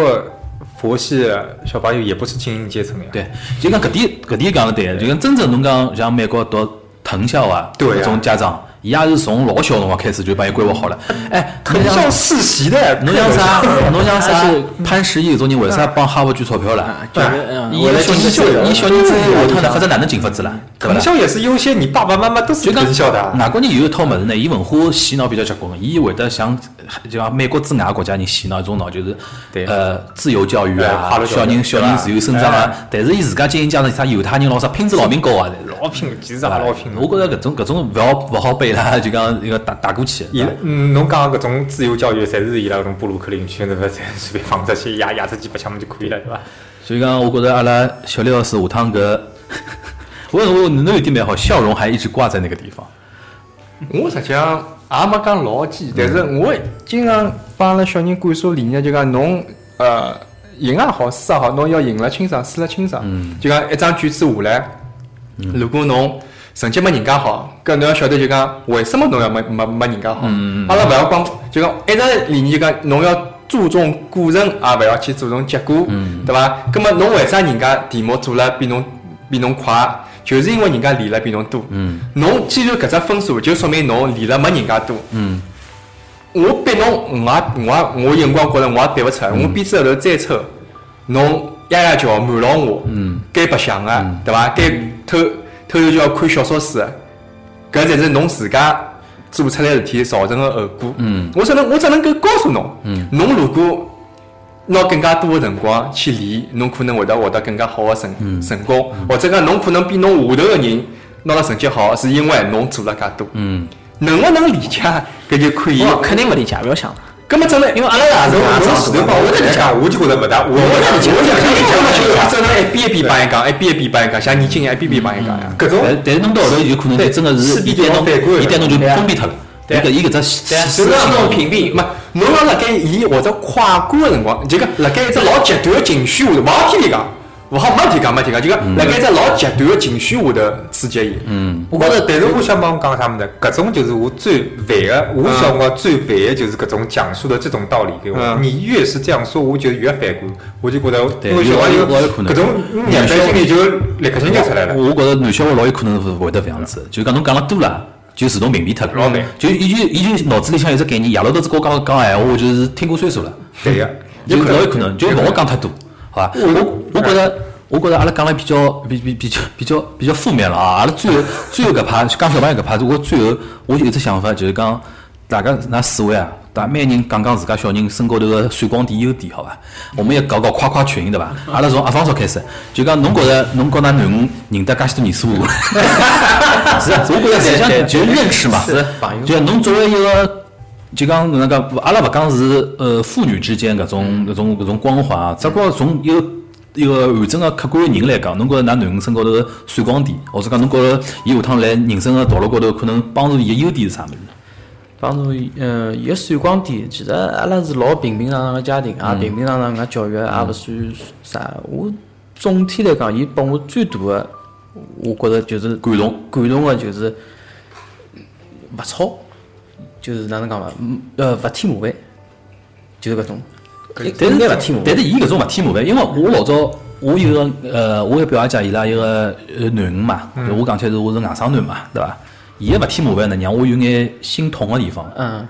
[SPEAKER 7] 佛系小朋友也不是精英阶层的呀。
[SPEAKER 5] 对，就讲搿点搿点讲了对，啊就讲真正侬讲像美国读藤校啊，
[SPEAKER 7] 对啊
[SPEAKER 5] 搿种家长，伊也是从老小辰光开始就帮伊规划好了。哎，
[SPEAKER 7] 很像世袭的，
[SPEAKER 5] 侬像 啥？侬像啥？潘石屹搿种人为啥帮哈佛捐钞票啦？
[SPEAKER 4] 就是嗯，
[SPEAKER 5] 伊
[SPEAKER 4] 为了
[SPEAKER 5] 小
[SPEAKER 4] 经济
[SPEAKER 5] 人
[SPEAKER 4] 效益
[SPEAKER 5] 伊小人自己下趟哪发展哪能进法子啦？对勿
[SPEAKER 7] 藤
[SPEAKER 5] 啦？
[SPEAKER 7] 校也是优先，你爸爸妈妈都是
[SPEAKER 5] 就讲
[SPEAKER 7] 藤校的啊。
[SPEAKER 5] 外国人有一套物事呢，伊文化洗脑比较结棍，伊会得像就像美国之外的国家人洗脑一种脑，就是
[SPEAKER 7] 对
[SPEAKER 5] 呃自由教育
[SPEAKER 7] 哎快
[SPEAKER 5] 啊
[SPEAKER 7] 乐，教育
[SPEAKER 5] 小人小
[SPEAKER 7] 对吧
[SPEAKER 5] 人自由生长啊。但是伊自家经营家长啥犹太人老啥拼子老命高啊，
[SPEAKER 7] 老拼，其实也老拼。
[SPEAKER 5] 我觉着搿种搿种勿好勿好被伊 拉啊就讲一个打打过去。
[SPEAKER 7] 伊嗯，侬讲搿种自由教育，侪是伊拉搿种布鲁克林区，对伐？侪随便放出去，压压出几百枪就可以了，对伐？
[SPEAKER 5] 所以讲，我觉着阿拉小李老师下趟搿，我我侬有点蛮好，笑容还一直挂在那个地方。
[SPEAKER 3] 我实际上也没讲牢记，但是我经常帮阿拉小人灌输理念，就讲侬呃赢也好，输也好，侬要赢了清爽，输了清爽。就讲一张卷子下来，嗯如果侬成绩没人家好，搿侬要晓得就讲为什么侬要没没没人家好。阿拉勿要光就讲一直理念就讲侬要注重过程，也勿要去注重结果，对伐？葛么侬为啥人家题目做了比侬比侬快？就是因为人家练了比侬多，侬既然搿只分数，就说明侬练了没人家多。我逼侬，我也我也我有辰光觉着我也逼勿出来，我边子后头再抽，侬丫丫叫瞒牢我，该白相啊个对伐？该偷偷偷叫看小说书的，搿才是侬自家做出来的事体造成的后果。我只能我只能够告诉侬，侬如果拿更加多的辰光去练，侬可能会得获得更加好的成成功，或者讲侬可能比侬下头的人拿了成绩好，是因为侬做了介多。能不能理解，搿就可以。
[SPEAKER 4] 我肯定勿理解，勿要想了。
[SPEAKER 3] 搿么真的，因为阿拉也
[SPEAKER 7] 侬侬前头帮我来讲，我就觉得勿大，
[SPEAKER 3] 我
[SPEAKER 7] 我我
[SPEAKER 3] 理解，我肯定理解，真的一遍一遍帮伊讲，一遍一遍帮伊讲，像年轻人一遍一遍帮伊讲呀。
[SPEAKER 7] 搿种
[SPEAKER 5] 但但是侬到后头有可能就真的
[SPEAKER 7] 势
[SPEAKER 5] 是
[SPEAKER 7] 必
[SPEAKER 5] 一
[SPEAKER 7] 就
[SPEAKER 5] 旦
[SPEAKER 7] 要
[SPEAKER 5] 侬
[SPEAKER 7] 反过来了
[SPEAKER 5] 一旦侬就封闭脱了，伊
[SPEAKER 3] 对
[SPEAKER 5] 搿伊搿只系
[SPEAKER 3] 就
[SPEAKER 5] 统
[SPEAKER 3] 是让侬屏蔽，没侬要辣盖伊或者快过的辰光，就讲辣盖一只老极端的情绪下头，勿好天天讲，勿好没天讲没天讲，就讲辣盖一只老极端的情绪下头刺激伊。嗯，
[SPEAKER 7] 我觉着，但是我想帮讲啥么子，搿种就是我最烦的。
[SPEAKER 5] 嗯
[SPEAKER 7] 我小辰光最烦的就是搿种讲述的这种道理给我。
[SPEAKER 3] 嗯
[SPEAKER 7] 你越是这样说，我就越反感，我就觉得，
[SPEAKER 5] 对
[SPEAKER 7] 因为小朋友
[SPEAKER 5] 有有有可能
[SPEAKER 7] 搿种嗯两代心里就立刻性就出来了。
[SPEAKER 5] 我我觉着男小孩老有可能是会得搿样子，就讲侬讲了多了，就自动屏蔽脱
[SPEAKER 7] 老难
[SPEAKER 5] 了。就伊就伊就脑子里向有只概念，夜到头子跟我讲讲闲话，我就是听过算数了。
[SPEAKER 7] 对个，
[SPEAKER 5] 就老有可能，就勿好讲太多，好吧？我我觉着，我觉着阿拉讲了比较比比比较比较比较负面了啊！阿拉最后最后搿趴讲小朋友搿趴，我最后我有一只想法，就是讲大家㑚四位啊，大每人讲讲自家小人身高头个闪光点优点，好伐？我们也搞搞夸夸群，对伐？阿拉从阿方少开始，就讲侬觉着侬跟㑚囡恩认得介许多年数， 是啊，我觉着实际上就是认识嘛，是
[SPEAKER 4] 朋友
[SPEAKER 5] 就侬作为一个，就讲哪能讲，阿拉勿讲是呃父女之间搿
[SPEAKER 8] 嗯
[SPEAKER 5] 种搿种搿种光环啊，只不过从一个一个完整个客观个人来讲，侬觉着㑚囡恩身高头个闪光点，或者讲侬觉着伊下趟来人生个道路高头可能帮助伊个优点是啥物事？
[SPEAKER 8] 帮助伊，嗯，伊个闪光点，其实阿拉是老平平常常个家庭，也平平常常个教育，也啊勿算啥。我总体来讲，伊拨我最大个，我觉着就是
[SPEAKER 5] 感动，
[SPEAKER 8] 感动个就是勿吵，就是哪能讲伐？嗯呃，勿添麻烦，就是搿种。
[SPEAKER 5] 但是
[SPEAKER 8] 应该勿添麻
[SPEAKER 5] 但
[SPEAKER 8] 烦。
[SPEAKER 5] 是伊搿种勿添麻烦，因为我老早我有个呃，我有表阿姐伊拉一个呃囡恩嘛，
[SPEAKER 8] 嗯
[SPEAKER 5] 我讲起来是我是外甥囡嘛，对伐？伊个勿添麻烦呢，让我有眼心痛个地方。
[SPEAKER 8] 嗯，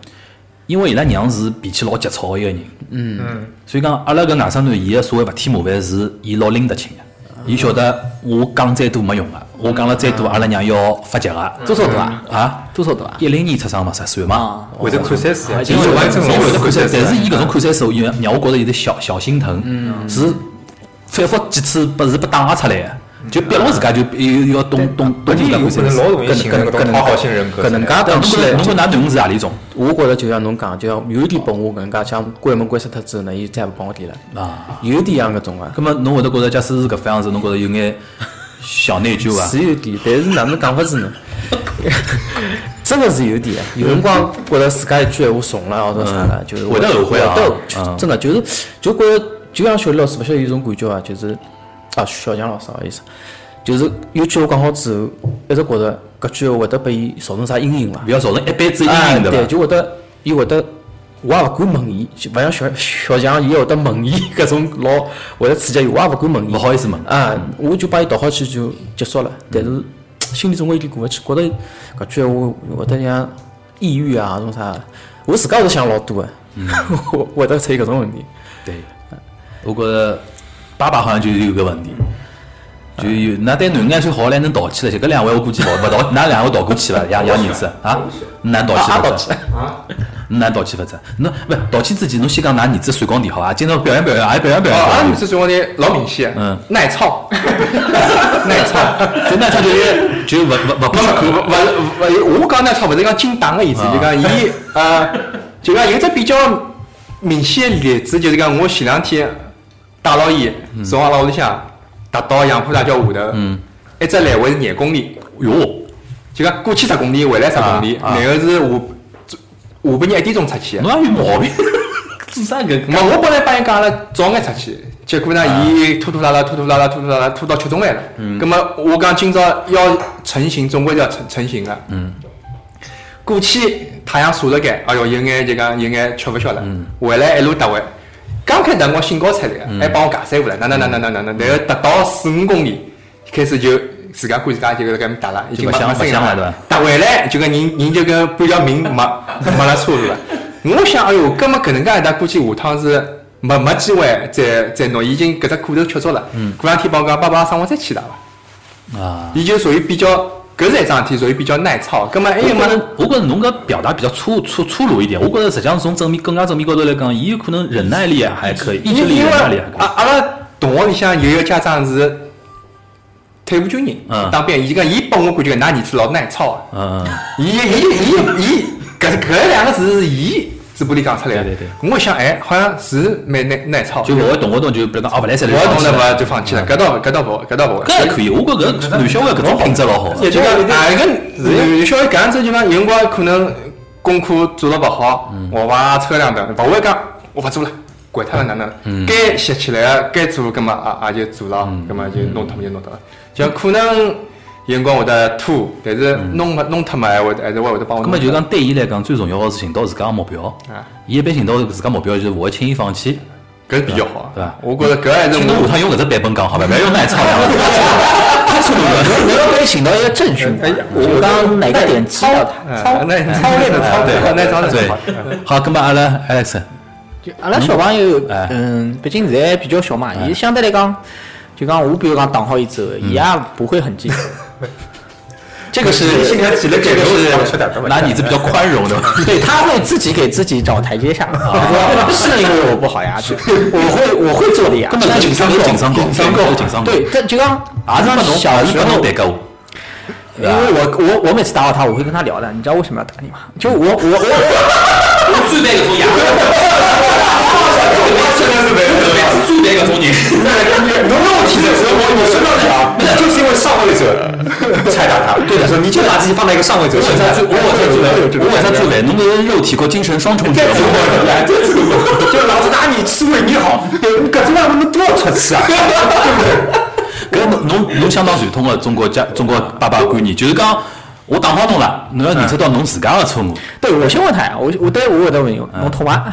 [SPEAKER 5] 因为伊拉娘是脾气老急躁个一个人，嗯，所以讲阿拉搿外甥囡伊个所谓勿添麻烦是伊老拎得清个，
[SPEAKER 1] 伊晓得我讲再多没用个，我讲了再多，阿拉娘要发急个。
[SPEAKER 5] 嗯
[SPEAKER 12] 多少度啊？
[SPEAKER 1] 啊，
[SPEAKER 12] 多少度啊？
[SPEAKER 1] 一零年出生嘛，十岁嘛。
[SPEAKER 5] 会得看三四啊，
[SPEAKER 1] 伊
[SPEAKER 5] 因为我真
[SPEAKER 1] 我
[SPEAKER 5] 会得
[SPEAKER 1] 看
[SPEAKER 5] 看
[SPEAKER 1] 三
[SPEAKER 5] 三
[SPEAKER 1] 但是
[SPEAKER 5] 四。
[SPEAKER 1] 伊搿种看三手，伊让我觉着有点小小心疼，是反复几次不是被打出来的，
[SPEAKER 5] 嗯
[SPEAKER 1] 就逼牢自家就又要懂懂懂
[SPEAKER 5] 而且
[SPEAKER 1] 自家看
[SPEAKER 5] 有可
[SPEAKER 1] 三
[SPEAKER 5] 能
[SPEAKER 1] 手
[SPEAKER 5] 老。容易形成
[SPEAKER 13] 搿能搿
[SPEAKER 5] 搿种
[SPEAKER 13] 能
[SPEAKER 5] 讨好型人格。
[SPEAKER 13] 搿
[SPEAKER 7] 啊
[SPEAKER 13] 能介
[SPEAKER 1] 但
[SPEAKER 13] 东
[SPEAKER 1] 侬
[SPEAKER 13] 西
[SPEAKER 1] 觉得侬觉得㑚囡恩是何里种
[SPEAKER 8] 我觉着就像侬讲，就像有一点帮我搿能介，像关门关死脱之后呢，伊再也勿帮我提了。
[SPEAKER 1] 啊？
[SPEAKER 8] 有一点像搿种啊，
[SPEAKER 1] 葛末侬会得觉着，假使是搿副样子，侬觉着有眼小内疚伐？
[SPEAKER 8] 是有点，但是哪能讲法子呢？ 真的是有点，啊有辰光觉得自家一句闲话怂了或者啥了，就是
[SPEAKER 1] 会得后悔啊
[SPEAKER 8] 会得
[SPEAKER 1] 嗯
[SPEAKER 8] 真的就是就觉得就像小李老师，勿晓得有种感觉伐？就是啊，小强老师，勿好意思，就是有句话讲好之后，一直觉着搿句话会得拨伊造成啥阴影伐？
[SPEAKER 1] 勿要造成一辈子阴
[SPEAKER 8] 啊，
[SPEAKER 1] 影，
[SPEAKER 8] 对，
[SPEAKER 1] 伐？
[SPEAKER 8] 就会得，伊会得，我也勿敢问伊，就勿像小小强，伊会得问伊搿种老会得刺激伊，我也勿敢问伊。
[SPEAKER 1] 勿好意思嗯问
[SPEAKER 8] 啊，我就把伊倒好去就结束了，但是心里总归有点过勿去，觉得搿句闲话会得像抑郁啊，种啥，我自家会得想老多个，啊
[SPEAKER 1] 嗯
[SPEAKER 8] 我我会得出现搿种问题。
[SPEAKER 1] 对，我觉着爸爸好像就有搿问题，就有那对囡眼算好嘞，能淘气了些。搿两位我估计逃勿逃，㑚两位逃过去伐？养养儿子啊，难淘气勿着。难淘气勿着，侬勿淘气之前，侬先讲㑚儿子闪光点好伐？今朝表扬表扬，也表扬表扬
[SPEAKER 3] 哦，
[SPEAKER 1] 表
[SPEAKER 3] 俺
[SPEAKER 7] 啊
[SPEAKER 1] 扬
[SPEAKER 3] 们。这种的老明显，
[SPEAKER 1] 嗯
[SPEAKER 3] 耐 操，耐操，
[SPEAKER 1] 真的，他就是就勿勿勿
[SPEAKER 3] 不
[SPEAKER 1] 不
[SPEAKER 3] 是不不不，我讲耐操不是讲精打的意思，就
[SPEAKER 1] 啊
[SPEAKER 3] 讲伊呃，就讲有只比较明显的例子，就是讲我前两天带牢伊
[SPEAKER 1] 嗯
[SPEAKER 3] 从阿拉屋里向踏到杨浦大桥下头，一只来回是廿公里，
[SPEAKER 1] 哟，
[SPEAKER 3] 就讲过去十公里，回来十公里，
[SPEAKER 1] 啊啊
[SPEAKER 3] 然后是下下半日一点钟出去的。
[SPEAKER 1] 侬也有毛病，做啥搿
[SPEAKER 3] 没，我本来帮伊讲阿拉早眼出去，结果呢，
[SPEAKER 1] 啊
[SPEAKER 3] 伊拖拖拉拉，拖拖拉拉，拖拖拉拉，拖到吃中饭了。嗯。么我讲今朝要成型，总归是要成成型的。嗯。过去太阳晒了该，哎哟，有眼就讲有眼吃勿消了。嗯。回来一路搭回，刚开始辰光兴高采烈，
[SPEAKER 1] 嗯
[SPEAKER 3] 还帮我尬三胡了，哪哪哪哪哪哪哪，然后达到四五公里，开始就自家管自家就搿么搭了，已经
[SPEAKER 1] 就勿想
[SPEAKER 3] 没声音
[SPEAKER 1] 勿想了对伐
[SPEAKER 3] 搭回来就跟人人就跟半 条命没没了差路了。我想，哎哟，搿么搿能介一搭，估计下趟是没没机会再再弄，已经搿只苦头吃足了。过两天帮我讲，爸爸生活再去打伐？
[SPEAKER 1] 嗯啊。
[SPEAKER 3] 伊就属于比较搿是一桩事体，属于比较耐操。搿么还
[SPEAKER 1] 我
[SPEAKER 3] 有
[SPEAKER 1] 觉
[SPEAKER 3] 么？
[SPEAKER 1] 得，我觉得侬搿表达比较粗粗粗鲁一点。我觉得实际上从正面更加正面高头来讲，伊有可能忍耐力啊还可以，意志力、
[SPEAKER 3] 因
[SPEAKER 1] 忍
[SPEAKER 3] 为
[SPEAKER 1] 耐力啊还可以。
[SPEAKER 3] 阿阿拉同学里向有一个家长是退伍军人
[SPEAKER 1] 嗯，
[SPEAKER 3] 当兵，伊讲伊拨我感觉，㑚儿子老耐操啊。
[SPEAKER 1] 嗯，
[SPEAKER 3] 伊伊伊伊搿搿两个字是伊嘴巴里讲出来的。
[SPEAKER 1] 对对
[SPEAKER 3] 我想，哎，好像是蛮耐耐操。
[SPEAKER 1] 就勿会动勿动就比如讲啊，勿来塞
[SPEAKER 3] 我
[SPEAKER 1] 了，嗯
[SPEAKER 3] 懂了
[SPEAKER 1] 伐？
[SPEAKER 3] 嘛，就放弃了。搿倒搿倒勿，搿倒勿。
[SPEAKER 1] 搿还可以，我觉着搿男小孩搿种品质老好。
[SPEAKER 3] 也就讲，啊，一个
[SPEAKER 1] 嗯
[SPEAKER 3] 男小孩搿样子就讲，有辰光可能功课做了勿好，
[SPEAKER 1] 嗯
[SPEAKER 3] 我吧抽两顿，勿会讲我勿做了，管他了哪
[SPEAKER 1] 嗯
[SPEAKER 3] 能，该歇起来的该做，葛么啊也就做了，葛么就弄脱么就弄脱了，就可能有辰光会得拖，但是弄么弄脱么还会还是会会得帮我
[SPEAKER 1] 葛
[SPEAKER 3] 弄
[SPEAKER 1] 末
[SPEAKER 3] 脱。
[SPEAKER 1] 嗯就讲，对伊来讲，最重要个是寻到自家个目标。
[SPEAKER 3] 啊
[SPEAKER 1] 伊一般寻到自家目标，就是勿会轻易放弃。
[SPEAKER 3] 搿是比较好，
[SPEAKER 1] 对吧
[SPEAKER 3] 我觉着搿还是
[SPEAKER 1] 请侬下
[SPEAKER 3] 我。
[SPEAKER 1] 趟用搿只版本讲好伐？勿要用耐操两个字。
[SPEAKER 4] 侬侬要可以寻到一个证据嘛，就讲哪个点击到嗯他。
[SPEAKER 3] 操，那操练的操对，那操的
[SPEAKER 1] 嗯 对
[SPEAKER 3] 操。，
[SPEAKER 1] 好，葛末阿拉 Alex，
[SPEAKER 4] 就阿拉小朋友
[SPEAKER 1] 哎，
[SPEAKER 4] 嗯，毕竟现在比较小嘛，伊相对来讲，就讲我比如讲打好一之后，伊也不会很记 仇。这个是
[SPEAKER 3] 今天起了这个是
[SPEAKER 1] 㑚儿子比较宽容的。
[SPEAKER 4] 对，他会自己给自己找台阶下。他说啊是因为我不好呀，就我会我会做的呀。
[SPEAKER 1] 本就情商高，情商高，情商高，情商高。
[SPEAKER 4] 对，但就刚
[SPEAKER 1] 也是
[SPEAKER 4] 像
[SPEAKER 1] 不侬，
[SPEAKER 4] 啊小
[SPEAKER 1] 也是
[SPEAKER 4] 时
[SPEAKER 1] 不
[SPEAKER 4] 候啊
[SPEAKER 1] 侬，对个。
[SPEAKER 4] 因为我我我每次打到他，我会跟他聊的。你知道为什么要打你吗？就我我我
[SPEAKER 1] 我最烦搿种爷们儿，我最烦搿种人。
[SPEAKER 3] 侬让我提的时候，我我身上的啊，那就是因为上位者才打他。对的，说你就把自己放在一个上位者身上。
[SPEAKER 1] 我晚上最烦，我晚上最烦，侬搿肉体和精神双重折磨。
[SPEAKER 3] 来，这是就老子打你是为你好，搿种话能多少次啊？
[SPEAKER 1] 搿侬侬侬相当传统个中国家中国爸爸观念，就是讲我打好侬了，侬要认识到侬自家个错误。
[SPEAKER 4] 对我先问他呀，我我对我我再问你，侬痛吗？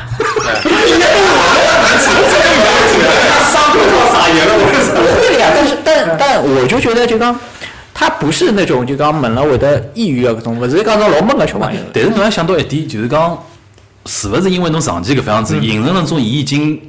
[SPEAKER 3] 伤口上撒盐了，我
[SPEAKER 4] 会的呀，但是但但我就觉得就讲，他不是那种就讲猛了我的抑郁啊搿种，勿是讲种老猛个小朋友。
[SPEAKER 1] 但是侬要想到一点，就是讲，是勿是因为侬长期搿副样子，形成了种伊已经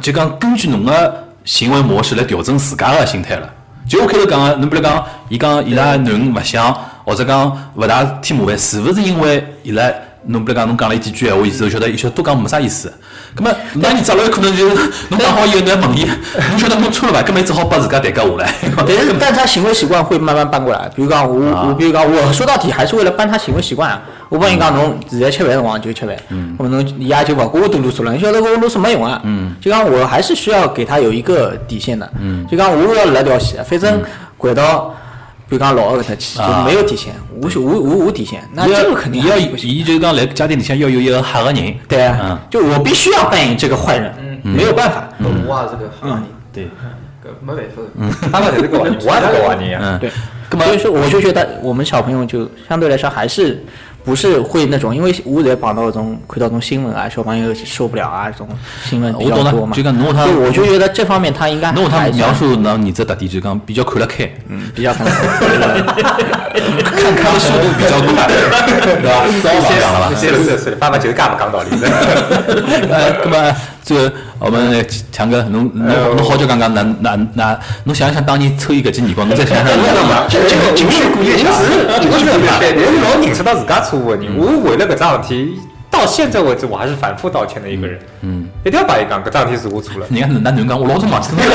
[SPEAKER 1] 就讲根据侬个行为模式来调整自家个心态了。就我开头讲个，侬比如讲，伊讲伊拉囡恩勿想，或者讲勿大添麻烦，是勿是因为伊拉？侬比如讲，侬讲了一几句闲话，伊就晓得，伊晓得多讲没啥意思。葛末，那你找了可能就是侬讲好以后，侬要问伊，侬晓得侬错了伐？葛末伊只好把自家抬价下来。
[SPEAKER 4] 但是，但他行为习惯会慢慢搬过来。比如讲，我我比如讲，我说到底还是为了搬他行为习惯啊。我帮伊讲，侬现在吃饭辰光就吃饭，嗯，我侬伊也就勿跟我多啰嗦了。你晓得跟我啰嗦没用啊，嗯，就讲我还是需要给他有一个底线的，嗯，就讲我要辣条线，反正拐到，比如讲老二搿搭去，就没有底线，无无无无底线，那
[SPEAKER 1] 伊要
[SPEAKER 4] 这个肯定
[SPEAKER 1] 伊要
[SPEAKER 4] 还是不行。
[SPEAKER 1] 伊就是讲来家庭里向要有一个吓个人。
[SPEAKER 4] 对啊，就我必须要扮演这个坏人，没有办法。
[SPEAKER 8] 我也是个黑人，
[SPEAKER 1] 嗯对，
[SPEAKER 8] 搿没办法的。
[SPEAKER 3] 他们侪是搿话题，我也是搿话题呀。
[SPEAKER 1] 嗯，对，
[SPEAKER 4] 那么所以说，我就觉得我们小朋友就相对来说还是不是会那种，因为我在碰到这种看到这种新闻啊，小朋友受不了啊，这种新闻比
[SPEAKER 1] 我
[SPEAKER 4] 较
[SPEAKER 1] 懂了
[SPEAKER 4] 多嘛。
[SPEAKER 1] 就讲侬和他
[SPEAKER 4] 对我就觉得这方面他应该
[SPEAKER 1] 侬和他
[SPEAKER 4] 还是
[SPEAKER 1] 描述侬儿子特点就是讲比较看得开，
[SPEAKER 4] 比较看得开
[SPEAKER 1] 看开的速度比较 快，对伐？早上讲了伐？
[SPEAKER 3] 三十岁了，爸爸就是介没讲道理的。
[SPEAKER 1] 呃，那么最后我们来强哥，侬侬侬好久讲讲，哪哪哪，侬想一想当年抽烟搿几年光，侬再想想，
[SPEAKER 3] 情绪鼓励一下，我是对，我是老认识到自家错误的人。我为了搿桩事体，到现在为止我还是反复道歉的一个人。嗯，一定要把伊讲搿桩事体是我错了。
[SPEAKER 1] 人家哪能讲，我老早忘记脱了。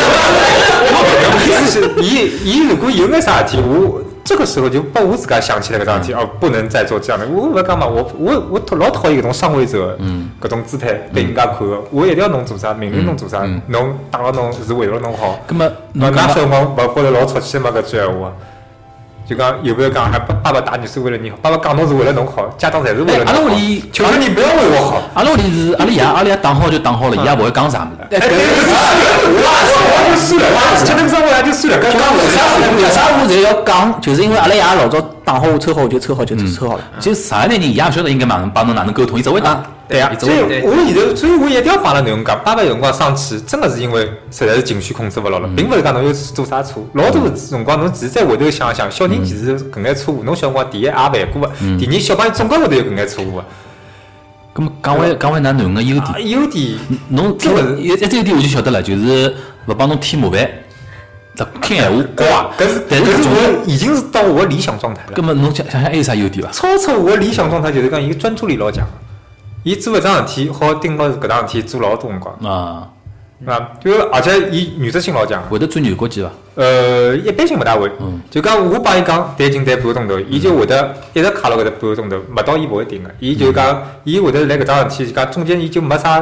[SPEAKER 3] 意思是，伊伊如果有眼啥事体，我这个时候就把我自家想起来搿桩事体，哦，不能再做这样的。我勿讲嘛，我我我讨老讨厌搿种上位者，嗯，搿种姿态被人家
[SPEAKER 7] 嗯
[SPEAKER 3] 看个。我一定要侬做啥，命令侬做啥，侬打了侬是为了侬好。
[SPEAKER 1] 那么
[SPEAKER 3] 那
[SPEAKER 1] 侬
[SPEAKER 3] 那
[SPEAKER 1] 讲
[SPEAKER 3] 时候我勿觉得老出气嘛搿句闲话，就讲有没有讲，还爸爸打你是为了你好，爸爸讲侬是为了侬好，家长侪是为了
[SPEAKER 1] 哎
[SPEAKER 3] 侬
[SPEAKER 1] 阿拉
[SPEAKER 3] 好
[SPEAKER 1] 屋里。
[SPEAKER 3] 求求你不要为我好。
[SPEAKER 1] 阿拉屋里是阿拉爷，阿拉爷打好就打好了，伊也勿会讲啥物事。
[SPEAKER 3] 哎，对，我就是了，我吃那个生活就算了，刚刚
[SPEAKER 4] 为啥我为啥我侪要讲？就是因为阿拉爷老早打好我抽好我就抽好就抽好了。
[SPEAKER 1] 就上一代人伊也勿晓得应该哪能帮侬哪能沟通，伊只会打。
[SPEAKER 3] 对呀、
[SPEAKER 1] 伊只
[SPEAKER 3] 所以
[SPEAKER 1] 会。
[SPEAKER 3] 我现在，所以我一定要帮阿拉囡恩讲，爸爸有辰光生气，真的是因为实在是情绪控制勿牢了，并勿是讲侬有做啥错。老多辰光侬其实再回头想一想，小人其实搿眼错误，侬小辰光第一也犯过个，啊第二小朋友总归会得有搿眼错误个。
[SPEAKER 1] 咁么讲回讲回㑚囡恩个优
[SPEAKER 3] 啊
[SPEAKER 1] 点，
[SPEAKER 3] 优点，
[SPEAKER 1] 侬
[SPEAKER 3] 这个
[SPEAKER 1] 一一这一点我就晓得了，就是勿帮侬添麻烦，勿听闲话
[SPEAKER 3] 哇，搿是
[SPEAKER 1] 但
[SPEAKER 3] 搿
[SPEAKER 1] 是
[SPEAKER 3] 是
[SPEAKER 1] 总嗯
[SPEAKER 3] 我已经是到我理想状态了
[SPEAKER 1] 咁。么侬想想想还有啥优点伐？
[SPEAKER 3] 超出我理想状态，就是讲伊专注力老强，伊做搿桩事体好盯牢搿桩事体做老多辰光
[SPEAKER 1] 啊，
[SPEAKER 3] 啊，就是而且伊原则性老强。
[SPEAKER 1] 会得钻牛角尖伐？
[SPEAKER 3] 呃，一般性勿大会，就讲我帮伊讲弹琴弹半个钟头，伊就会得一直卡牢搿只半个钟头，勿到伊勿会停个。伊就讲，伊会得来搿桩事体，就讲中间伊就没啥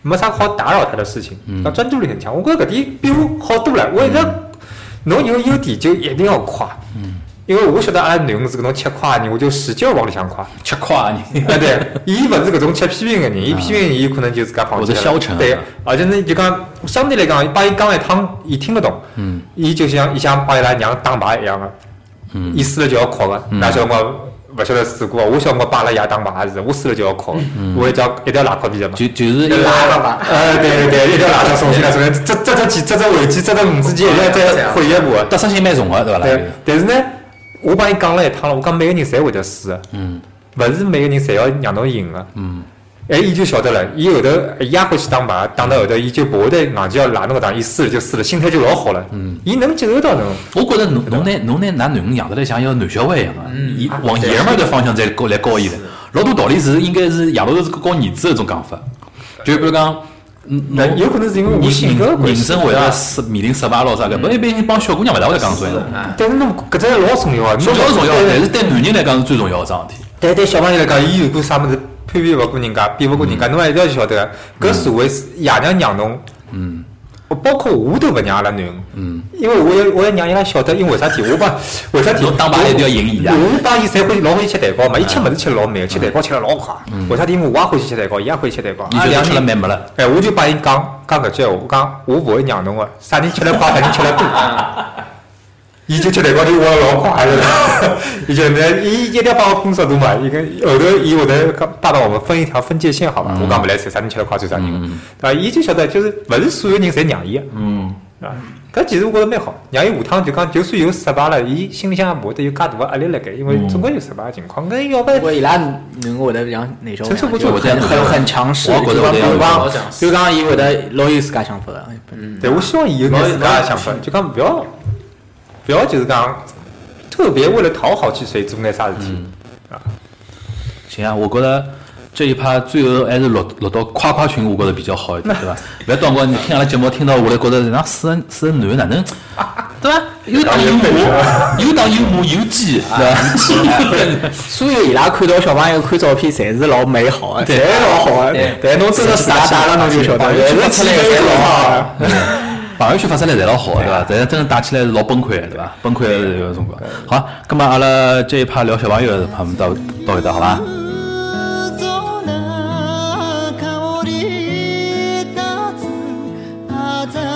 [SPEAKER 3] 没啥好打扰他的事情，
[SPEAKER 1] 嗯
[SPEAKER 3] 讲专注力很强。我觉着搿点比我好多了。我一直侬有优点就一定要夸，
[SPEAKER 1] 嗯
[SPEAKER 3] 因为我晓得阿拉囡恩是搿种吃夸的人，我就使劲往里向夸。
[SPEAKER 1] 吃垮啊你！
[SPEAKER 3] 啊，对，伊勿是搿种吃批评个人，伊批评伊可能就自家放弃
[SPEAKER 1] 或者消沉啊
[SPEAKER 3] 对，而且呢，就讲相对来讲，帮伊讲一趟，伊听得懂。嗯。伊就像伊像帮伊拉娘打牌一样个，嗯。伊输了就要哭个，那小辰光勿晓得试过伐？我小辰光帮阿拉爷打牌也是，我输了就要哭，我一定要一定要拉哭皮的嘛。
[SPEAKER 1] 就就是
[SPEAKER 3] 拉吧，呃，对对对，一定要拉上送进来，送进来，这这这几这这尾几这这五只鸡，一定要再回一步。
[SPEAKER 1] 得失心蛮重个，对伐啦？
[SPEAKER 3] 对，但是呢，我帮伊讲了一趟了，我讲每个人侪会得输，嗯，勿是每个人侪要让侬赢个，嗯，哎，伊就晓得了，伊后头伊也欢喜打牌，打到后头伊就勿会得硬就要拉侬搿档，伊输了就输了，心态就老好了，嗯，伊能接受到侬，
[SPEAKER 1] 我觉着侬侬拿侬拿㑚囡恩养得来像一个男小孩一样啊，伊往爷们儿的方向在教来教伊的。老多道理是应该是爷老头是教儿子的一种讲法，就比如讲，嗯
[SPEAKER 3] 那
[SPEAKER 1] 侬
[SPEAKER 3] 有可能是因为我性格的关
[SPEAKER 1] 人
[SPEAKER 3] 系
[SPEAKER 1] 生，会得失面临失败咯啥个，不一般性帮小姑娘勿大会得讲出来的。
[SPEAKER 3] 但是侬搿只老重要啊，
[SPEAKER 1] 重要是重要，
[SPEAKER 3] 对
[SPEAKER 1] 但是对男人来讲是最重要的桩事体。
[SPEAKER 3] 对对，小朋友来
[SPEAKER 1] 嗯
[SPEAKER 3] 讲，伊如果啥物事攀比勿过人家，比勿过人家，侬也一定要晓
[SPEAKER 1] 嗯
[SPEAKER 3] 得，搿所谓是爷娘让侬，嗯，包括我都勿让阿拉囡恩，嗯，因为我要我要让伊拉晓得，因为为啥体，我帮为啥体，
[SPEAKER 1] 侬打牌一定要赢伊哎嗯啊
[SPEAKER 3] 我帮伊侪欢喜老欢喜吃蛋糕嘛，伊吃物事吃得老慢，吃蛋糕吃得老快，
[SPEAKER 1] 嗯
[SPEAKER 3] 为啥体？因为我也欢喜吃蛋糕，伊也欢喜吃蛋糕，
[SPEAKER 1] 你
[SPEAKER 3] 阿
[SPEAKER 1] 就
[SPEAKER 3] 拉两
[SPEAKER 1] 吃
[SPEAKER 3] 个
[SPEAKER 1] 了
[SPEAKER 3] 人
[SPEAKER 1] 蛮没了，
[SPEAKER 3] 哎，我就帮伊讲讲搿句闲话，我讲我勿会让侬个，啥人吃了快，啥人吃了多。伊就吃蛋糕就我老快了，伊就 那伊一定要帮我拼速度嘛，伊跟后头伊会得讲爸爸我们分一条分界线好吧，我讲勿来塞，啥人吃了快算啥人，对伐？伊就晓得就是勿是所有人侪让伊个，嗯，对伐？搿其实我觉着蛮好，让伊下趟就讲就算有失败了，伊心里向也勿会得有介大个压力辣盖，因为总归有失败个情况，搿要不然
[SPEAKER 1] 嗯
[SPEAKER 4] 我伊拉能够会得让哪种
[SPEAKER 3] 承受不住
[SPEAKER 4] 很
[SPEAKER 1] 我这样子
[SPEAKER 4] 很很强势，
[SPEAKER 1] 我觉得
[SPEAKER 4] 就讲
[SPEAKER 1] 我这
[SPEAKER 4] 比
[SPEAKER 1] 样
[SPEAKER 4] 如
[SPEAKER 8] 我
[SPEAKER 4] 讲
[SPEAKER 8] 这样，
[SPEAKER 4] 比如讲伊会得老有自家想法的，
[SPEAKER 1] 嗯
[SPEAKER 3] 对，我希望伊有眼自家的想法，就讲勿要不要就是讲特别为了讨好去谁做眼啥事
[SPEAKER 1] 嗯
[SPEAKER 3] 体。
[SPEAKER 1] 行啊，我觉着这一趴最后还是落落到夸夸群，我觉着比较好一点，对吧？别到辰光你听阿拉节目听到我来，觉着那四个四个男的哪能，对吧？有打有骂，有打有骂有鸡，对吧？
[SPEAKER 4] 所有伊拉看到小朋友看照片，侪是老美好的，侪是老好的。但侬真的自家打了，侬就晓得，侪是气氛侪老好的。
[SPEAKER 1] 朋友圈发出来侪老好，对伐？但是真的打起来是老崩溃，对伐？崩溃是有辰光。好，那么阿拉这一趴聊小朋友的趴，我们到到搿搭好伐？
[SPEAKER 2] 空な香り立つ鮮